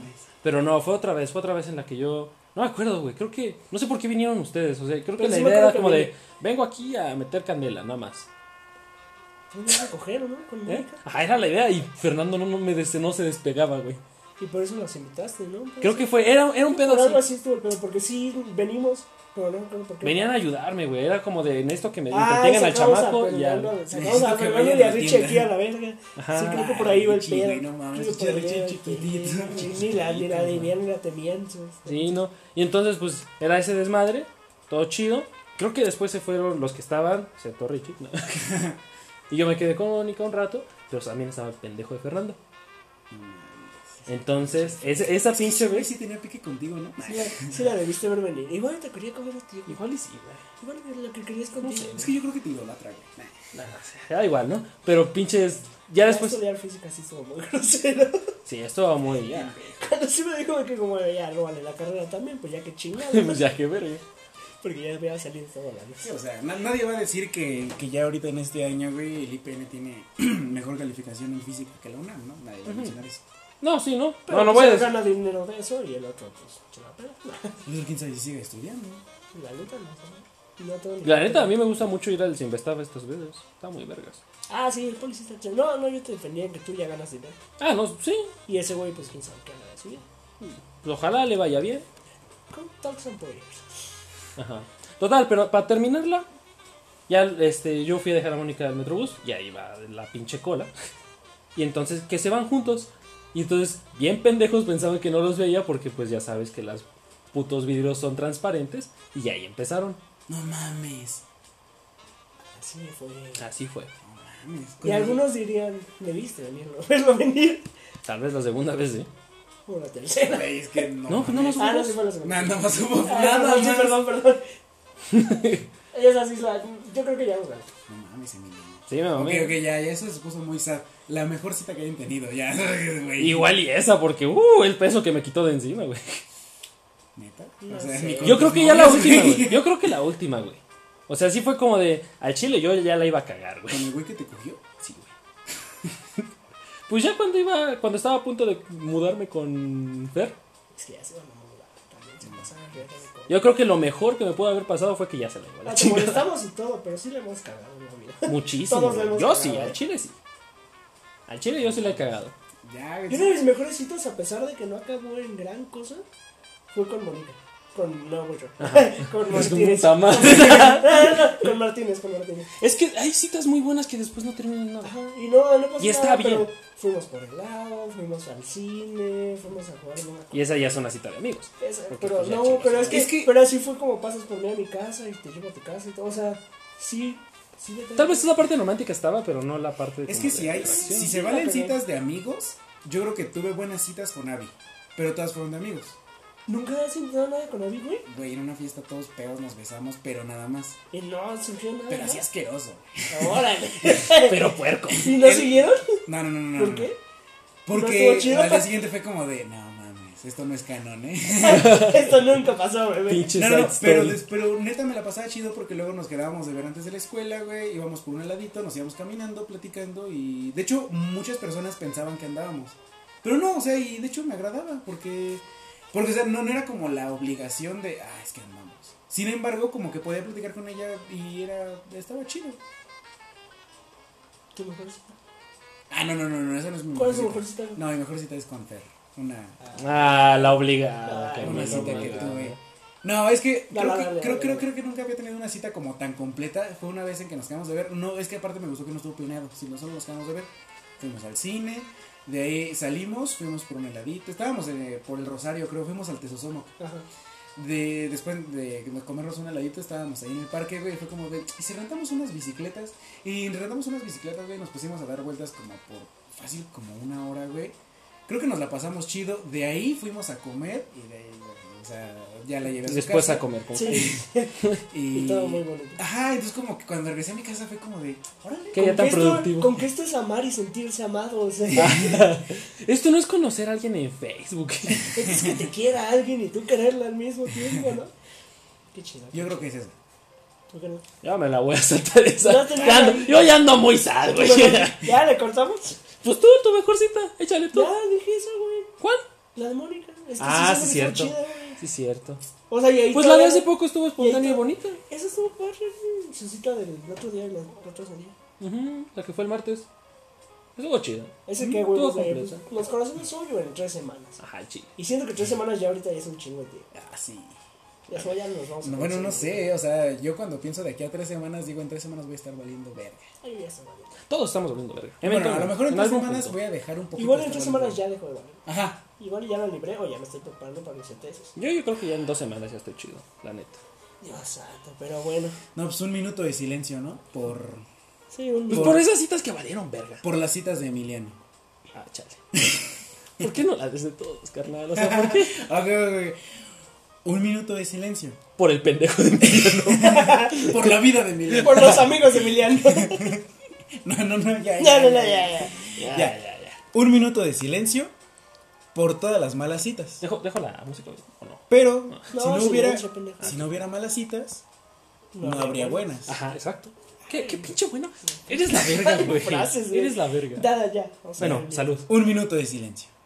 Speaker 2: Pero no, fue otra vez, fue otra vez en la que yo. No me acuerdo, güey. Creo que. No sé por qué vinieron ustedes. O sea, creo que
Speaker 3: Pero
Speaker 2: la
Speaker 3: sí me
Speaker 2: idea era
Speaker 3: acuerdo que
Speaker 2: como de.
Speaker 3: vine.
Speaker 2: Vengo aquí a meter candela, nada más.
Speaker 3: Fuimos a coger, ¿no? Con
Speaker 2: ¿Eh?
Speaker 3: Mónica.
Speaker 2: Ajá, era la idea. Y Fernando no, no me des- no se despegaba, güey.
Speaker 3: Y por eso nos invitaste, ¿no?
Speaker 2: Creo que fue. Era, era un
Speaker 3: Pero
Speaker 2: pedo
Speaker 3: algo
Speaker 2: así.
Speaker 3: así estuvo el pedo, porque sí venimos, pero no recuerdo por qué.
Speaker 2: Venían a ayudarme, güey. Era como de. Necesito que me
Speaker 3: Ah,
Speaker 2: entretengan al
Speaker 3: sacamos a
Speaker 2: chamaco y ya.
Speaker 3: Fernando, Sacamos
Speaker 1: Necesito
Speaker 3: a
Speaker 1: que
Speaker 3: Fernando
Speaker 1: vayan
Speaker 3: y a
Speaker 1: a la
Speaker 3: Richie
Speaker 1: tienda.
Speaker 3: aquí a la verga.
Speaker 2: Ajá.
Speaker 3: sí, creo que por ahí va el
Speaker 1: Richie,
Speaker 3: pedo.
Speaker 1: güey, no mames,
Speaker 3: Creo que por
Speaker 1: pinche
Speaker 3: ahí va el
Speaker 1: Richie chiquitito,
Speaker 3: pedo.
Speaker 1: Richie
Speaker 3: Ni la, ni la
Speaker 1: chiquitito,
Speaker 3: debían, ni la temían. este. ¿sabes?
Speaker 2: Sí, no. Y entonces, pues, era ese desmadre, todo chido. Creo que después se fueron los que estaban, excepto Richie. ¿no? y yo me quedé con Mónica un rato, pero también estaba el pendejo de Fernando. Entonces, ese- esa pinche
Speaker 1: Güey,
Speaker 2: vez.
Speaker 1: sí tenía pique contigo, ¿no?
Speaker 3: Sí la, sí la debiste ver venir. Igual te quería comer a ti.
Speaker 2: Igual y sí, güey.
Speaker 3: Igual era lo que querías contigo.
Speaker 2: sé.
Speaker 1: Es que yo creo que te idolatra, güey. Nah.
Speaker 2: Nah, o sea, da igual, ¿no? Pero pinches. Ya después.
Speaker 3: estudiar física sí estuvo muy grosero.
Speaker 2: Sí, esto va muy. Ya,
Speaker 3: Cuando sí me dijo que como ya no vale la carrera también, pues ya que chingada. ¿no?
Speaker 2: pues ya que verga.
Speaker 3: Porque ya había salido esta volando.
Speaker 1: Sí, o sea, na- nadie va a decir que, que ya ahorita en este año, güey, el IPN tiene mejor calificación en física que la UNAM, ¿no? Nadie va a mencionar eso.
Speaker 2: No, sí, no.
Speaker 3: Pero
Speaker 2: no, no
Speaker 3: pues,
Speaker 2: voy a
Speaker 3: él
Speaker 2: decir.
Speaker 3: gana dinero de eso y el otro, pues, se la pela.
Speaker 1: Pero quién sabe si sigue estudiando.
Speaker 3: La neta no sé. No tengo ni
Speaker 2: La
Speaker 3: idea.
Speaker 2: neta, a mí me gusta mucho ir al Sinvestava estas veces. Está muy vergas.
Speaker 3: Ah, sí, el policía está chido. No, no, yo te defendía en que tú ya ganas dinero.
Speaker 2: Ah, no, sí.
Speaker 3: Y ese güey, pues, quién sabe qué haga de su vida.
Speaker 2: Pues, ojalá le vaya bien.
Speaker 3: Con Talks and Poyers.
Speaker 2: Ajá. Total, pero para terminarla, ya este, yo fui a dejar a Mónica al Metrobús y ahí va la pinche cola. Y entonces que se van juntos. Y entonces, bien pendejos pensaban que no los veía porque pues ya sabes que las putos vidrios son transparentes. Y ahí empezaron.
Speaker 1: No mames.
Speaker 3: Así fue.
Speaker 2: Así fue.
Speaker 3: Y algunos dirían, me viste venir, no verlo venir.
Speaker 2: Tal vez la segunda vez, ¿eh?
Speaker 3: O la tercera.
Speaker 1: Güey, es que no.
Speaker 2: No, pues no nos
Speaker 3: Ah, no, sí
Speaker 2: vimos.
Speaker 3: fue
Speaker 1: Na-
Speaker 3: la segunda.
Speaker 1: Nada más hubo
Speaker 3: Ah,
Speaker 1: nada
Speaker 3: sí,
Speaker 1: más.
Speaker 3: perdón, perdón. Ella es así, la- yo creo que ya nos ganó.
Speaker 1: No mames, Emilio.
Speaker 2: Sí, me
Speaker 1: Ok,
Speaker 2: mamé.
Speaker 1: ok, ya, ya, eso se puso muy sad. La mejor cita que hayan tenido, ya, güey.
Speaker 2: Igual y esa, porque, uh, el peso que me quitó de encima, güey.
Speaker 1: Neta.
Speaker 3: No
Speaker 1: o sea,
Speaker 3: sé.
Speaker 1: ni con
Speaker 2: Yo
Speaker 1: tus
Speaker 2: creo que ya la
Speaker 1: novios,
Speaker 2: última, güey. Yo creo que la última, güey. O sea, sí fue como de, al chile yo ya la iba a cagar, güey.
Speaker 1: ¿Con el güey que te cogió?
Speaker 2: Sí, güey. Pues ya cuando iba, cuando estaba a punto de mudarme con Fer,
Speaker 3: Es que ya se van a mudar. También se pasan a reír de cosas.
Speaker 2: yo creo que lo mejor que me pudo haber pasado fue que ya se la llevó a
Speaker 3: Ah,
Speaker 2: la
Speaker 3: Te
Speaker 2: chingada.
Speaker 3: molestamos y todo, pero sí le hemos cagado la vida.
Speaker 2: Muchísimo.
Speaker 3: Todos
Speaker 2: güey.
Speaker 3: la hemos
Speaker 2: Yo
Speaker 3: cagado,
Speaker 2: sí,
Speaker 3: ¿eh?
Speaker 2: al chile sí. Al chile yo sí la he cagado.
Speaker 1: Ya,
Speaker 3: Y una de mis mejores citas, a pesar de que no acabó en gran cosa, fue con Mónica. Con, no, güey, yo. con
Speaker 2: Es tu
Speaker 3: Martínez.
Speaker 2: puta madre.
Speaker 3: con Martínez, con Martínez.
Speaker 2: Es que hay citas muy buenas que después no terminan en nada.
Speaker 3: Ajá, y no, no pasó
Speaker 2: Y está
Speaker 3: nada,
Speaker 2: bien.
Speaker 3: pero fuimos por el lado, fuimos al cine, fuimos a jugar una
Speaker 2: Y esa ya es una cita de amigos.
Speaker 3: Esa-
Speaker 2: Porque,
Speaker 3: pero
Speaker 2: pues, ya
Speaker 3: no,
Speaker 2: chingas,
Speaker 3: pero
Speaker 2: ¿no?
Speaker 3: es que,
Speaker 1: Es que-
Speaker 3: pero así fue como pasas por mí a mi casa y te llevo a tu casa y todo, o sea, sí, sí le tengo-
Speaker 2: Tal vez la parte romántica estaba, pero no la parte de
Speaker 1: Es
Speaker 2: como
Speaker 1: que
Speaker 2: de
Speaker 1: si hay,
Speaker 2: atracción.
Speaker 1: si se valen citas de amigos, yo creo que tuve buenas citas con Abby. Pero todas fueron de amigos.
Speaker 3: nunca has intentado nada con Abby, güey,
Speaker 1: Güey, en una fiesta todos pedos nos besamos, pero nada más.
Speaker 3: y no surgió nada.
Speaker 1: Pero así
Speaker 3: ¿no?
Speaker 1: asqueroso.
Speaker 3: Órale.
Speaker 2: Pero puerco.
Speaker 3: ¿Y no
Speaker 1: El-
Speaker 3: siguieron?
Speaker 1: No, no, no, no.
Speaker 3: ¿Por
Speaker 1: no.
Speaker 3: qué? ¿No
Speaker 1: Porque
Speaker 3: estuvo chido?
Speaker 1: al día siguiente fue como de, no mames, esto no es canon, ¿eh?
Speaker 3: Esto nunca pasó, bebé.
Speaker 2: Pinche
Speaker 1: No, no,
Speaker 2: side
Speaker 1: no, pero,
Speaker 2: story.
Speaker 1: des- pero neta me la pasaba chido porque luego nos quedábamos de ver antes de la escuela, güey. Íbamos por un heladito, nos íbamos caminando, platicando y. De hecho, muchas personas pensaban que andábamos. Pero no, o sea, y de hecho me agradaba porque. Porque, o sea, no, no era como la obligación de, ah, es que andamos. Sin embargo, como que podía platicar con ella y era. Estaba chido.
Speaker 3: ¿Tu mejor cita?
Speaker 1: Ah, no, no, no, no, esa no es mi
Speaker 3: ¿Cuál es tu
Speaker 1: mejor
Speaker 3: mejor
Speaker 1: cita.
Speaker 3: cita? güey?
Speaker 1: No, mi mejor cita es con Fer. Una.
Speaker 2: Ah, la obligada.
Speaker 3: Ah,
Speaker 2: que
Speaker 1: una
Speaker 2: me
Speaker 1: cita
Speaker 2: lo
Speaker 1: que
Speaker 2: mandaron.
Speaker 1: tuve. No, es que
Speaker 3: Ya,
Speaker 1: creo,
Speaker 3: dale,
Speaker 1: que,
Speaker 3: dale,
Speaker 1: creo,
Speaker 3: dale,
Speaker 1: creo,
Speaker 3: dale.
Speaker 1: creo que nunca había tenido una cita como tan completa. Fue una vez en que nos quedamos de ver. No, es que aparte me gustó que no estuvo planeado, sino solo nos quedamos de ver. Fuimos al cine, de ahí salimos, fuimos por un heladito. Estábamos eh, por el Rosario, creo, fuimos al Tesosomo.
Speaker 3: Ajá.
Speaker 1: De, después de comernos un heladito, estábamos ahí en el parque, güey. Fue como de, ¿y si rentamos unas bicicletas? Y rentamos unas bicicletas, güey. Nos pusimos a dar vueltas como por fácil, como una hora, güey. Creo que nos la pasamos chido. De ahí fuimos a comer y de ahí, güey, o sea, ya la llevé a su
Speaker 2: Después
Speaker 1: casa.
Speaker 2: a comer con
Speaker 3: Sí,
Speaker 1: Y,
Speaker 3: y todo muy bonito.
Speaker 1: Ajá, entonces como que cuando regresé a mi casa fue como de, órale.
Speaker 2: Qué día
Speaker 3: Con
Speaker 2: tan
Speaker 3: que esto-
Speaker 2: productivo.
Speaker 3: Con que esto es amar y sentirse amado, o sea,
Speaker 2: Esto no es conocer a alguien en Facebook.
Speaker 3: es que te quiera alguien y tú quererla al mismo tiempo, ¿no? Qué chido.
Speaker 1: Yo creo que es eso.
Speaker 3: ¿Por qué no?
Speaker 2: ya me la voy a saltar esa.
Speaker 3: No te-
Speaker 2: Ya ando- yo ya ando muy sad, güey.
Speaker 3: ¿Ya le cortamos?
Speaker 2: pues tú, tu mejor cita. Échale tú.
Speaker 3: Ya dije eso, güey.
Speaker 2: ¿Cuál?
Speaker 3: La de Mónica. Es que
Speaker 2: Ah,
Speaker 3: se me
Speaker 2: sí,
Speaker 3: hizo
Speaker 2: cierto.
Speaker 3: chida, güey.
Speaker 2: Sí, cierto.
Speaker 3: o sea, y ahí
Speaker 2: Pues la de
Speaker 3: todavía-
Speaker 2: hace poco estuvo espontánea y
Speaker 3: ahí to-
Speaker 2: bonita.
Speaker 3: Esa estuvo padre, güey. Su cita del otro día, la la otra salida.
Speaker 2: Ujú, la que fue el martes. Estuvo chida.
Speaker 3: Ese que,
Speaker 2: Mm,
Speaker 3: güey,
Speaker 2: estuvo
Speaker 3: pues, eh,
Speaker 2: completa.
Speaker 3: los corazones son, güey, en tres semanas.
Speaker 2: Ajá, el chile.
Speaker 3: Y siento que tres semanas ya ahorita ya es un chingo de tiempo.
Speaker 1: Ah, sí.
Speaker 3: Ya se- ya nos vamos a
Speaker 1: No, bueno, no
Speaker 3: conseguir.
Speaker 1: sé, o sea, yo cuando pienso de aquí a tres semanas, digo, en tres semanas voy a estar valiendo verga.
Speaker 3: Ay, ya se va, güey.
Speaker 2: Todos estamos volviendo verga.
Speaker 1: Bueno, a lo mejor en tres
Speaker 2: algún
Speaker 1: semanas
Speaker 2: punto.
Speaker 1: voy a dejar un poco.
Speaker 3: Igual en tres semanas ya dejo de valer.
Speaker 1: Ajá.
Speaker 3: Igual ya la libré o ya me estoy preparando para mis tesis.
Speaker 2: Yo, yo creo que ya en dos semanas ya estoy chido, la neta.
Speaker 3: Dios santo, pero bueno.
Speaker 1: No, pues un minuto de silencio, ¿no? Por,
Speaker 3: Sí, un
Speaker 2: Pues
Speaker 1: Por-
Speaker 2: por, esas citas que valieron verga.
Speaker 1: por las citas de Emiliano.
Speaker 2: Ah, chale. ¿Por qué no las des de todos, carnal? O sea, ¿por qué?
Speaker 1: Ok, ok, ok. Un minuto de silencio.
Speaker 2: Por el pendejo de mí.
Speaker 1: Por la vida de Emiliano.
Speaker 3: Por los amigos de Emiliano.
Speaker 1: No, no, no, ya.
Speaker 3: ya, no, ya, ya, ya.
Speaker 2: Ya,
Speaker 1: Ya.
Speaker 2: ya, ya.
Speaker 1: Un minuto de silencio por todas las malas citas.
Speaker 2: Dejo, dejo la música o no.
Speaker 1: Pero
Speaker 3: No,
Speaker 1: si no
Speaker 3: silencio,
Speaker 1: hubiera
Speaker 3: pendejo.
Speaker 1: si no hubiera malas citas, no, habría buenas.
Speaker 2: Ajá, exacto. ¿Qué, qué pinche bueno? Eres la verga, güey.
Speaker 3: Frases, güey.
Speaker 2: Eres la verga.
Speaker 3: Dada ya. O sea,
Speaker 2: Bueno,
Speaker 3: el-
Speaker 2: salud.
Speaker 1: Un minuto de silencio.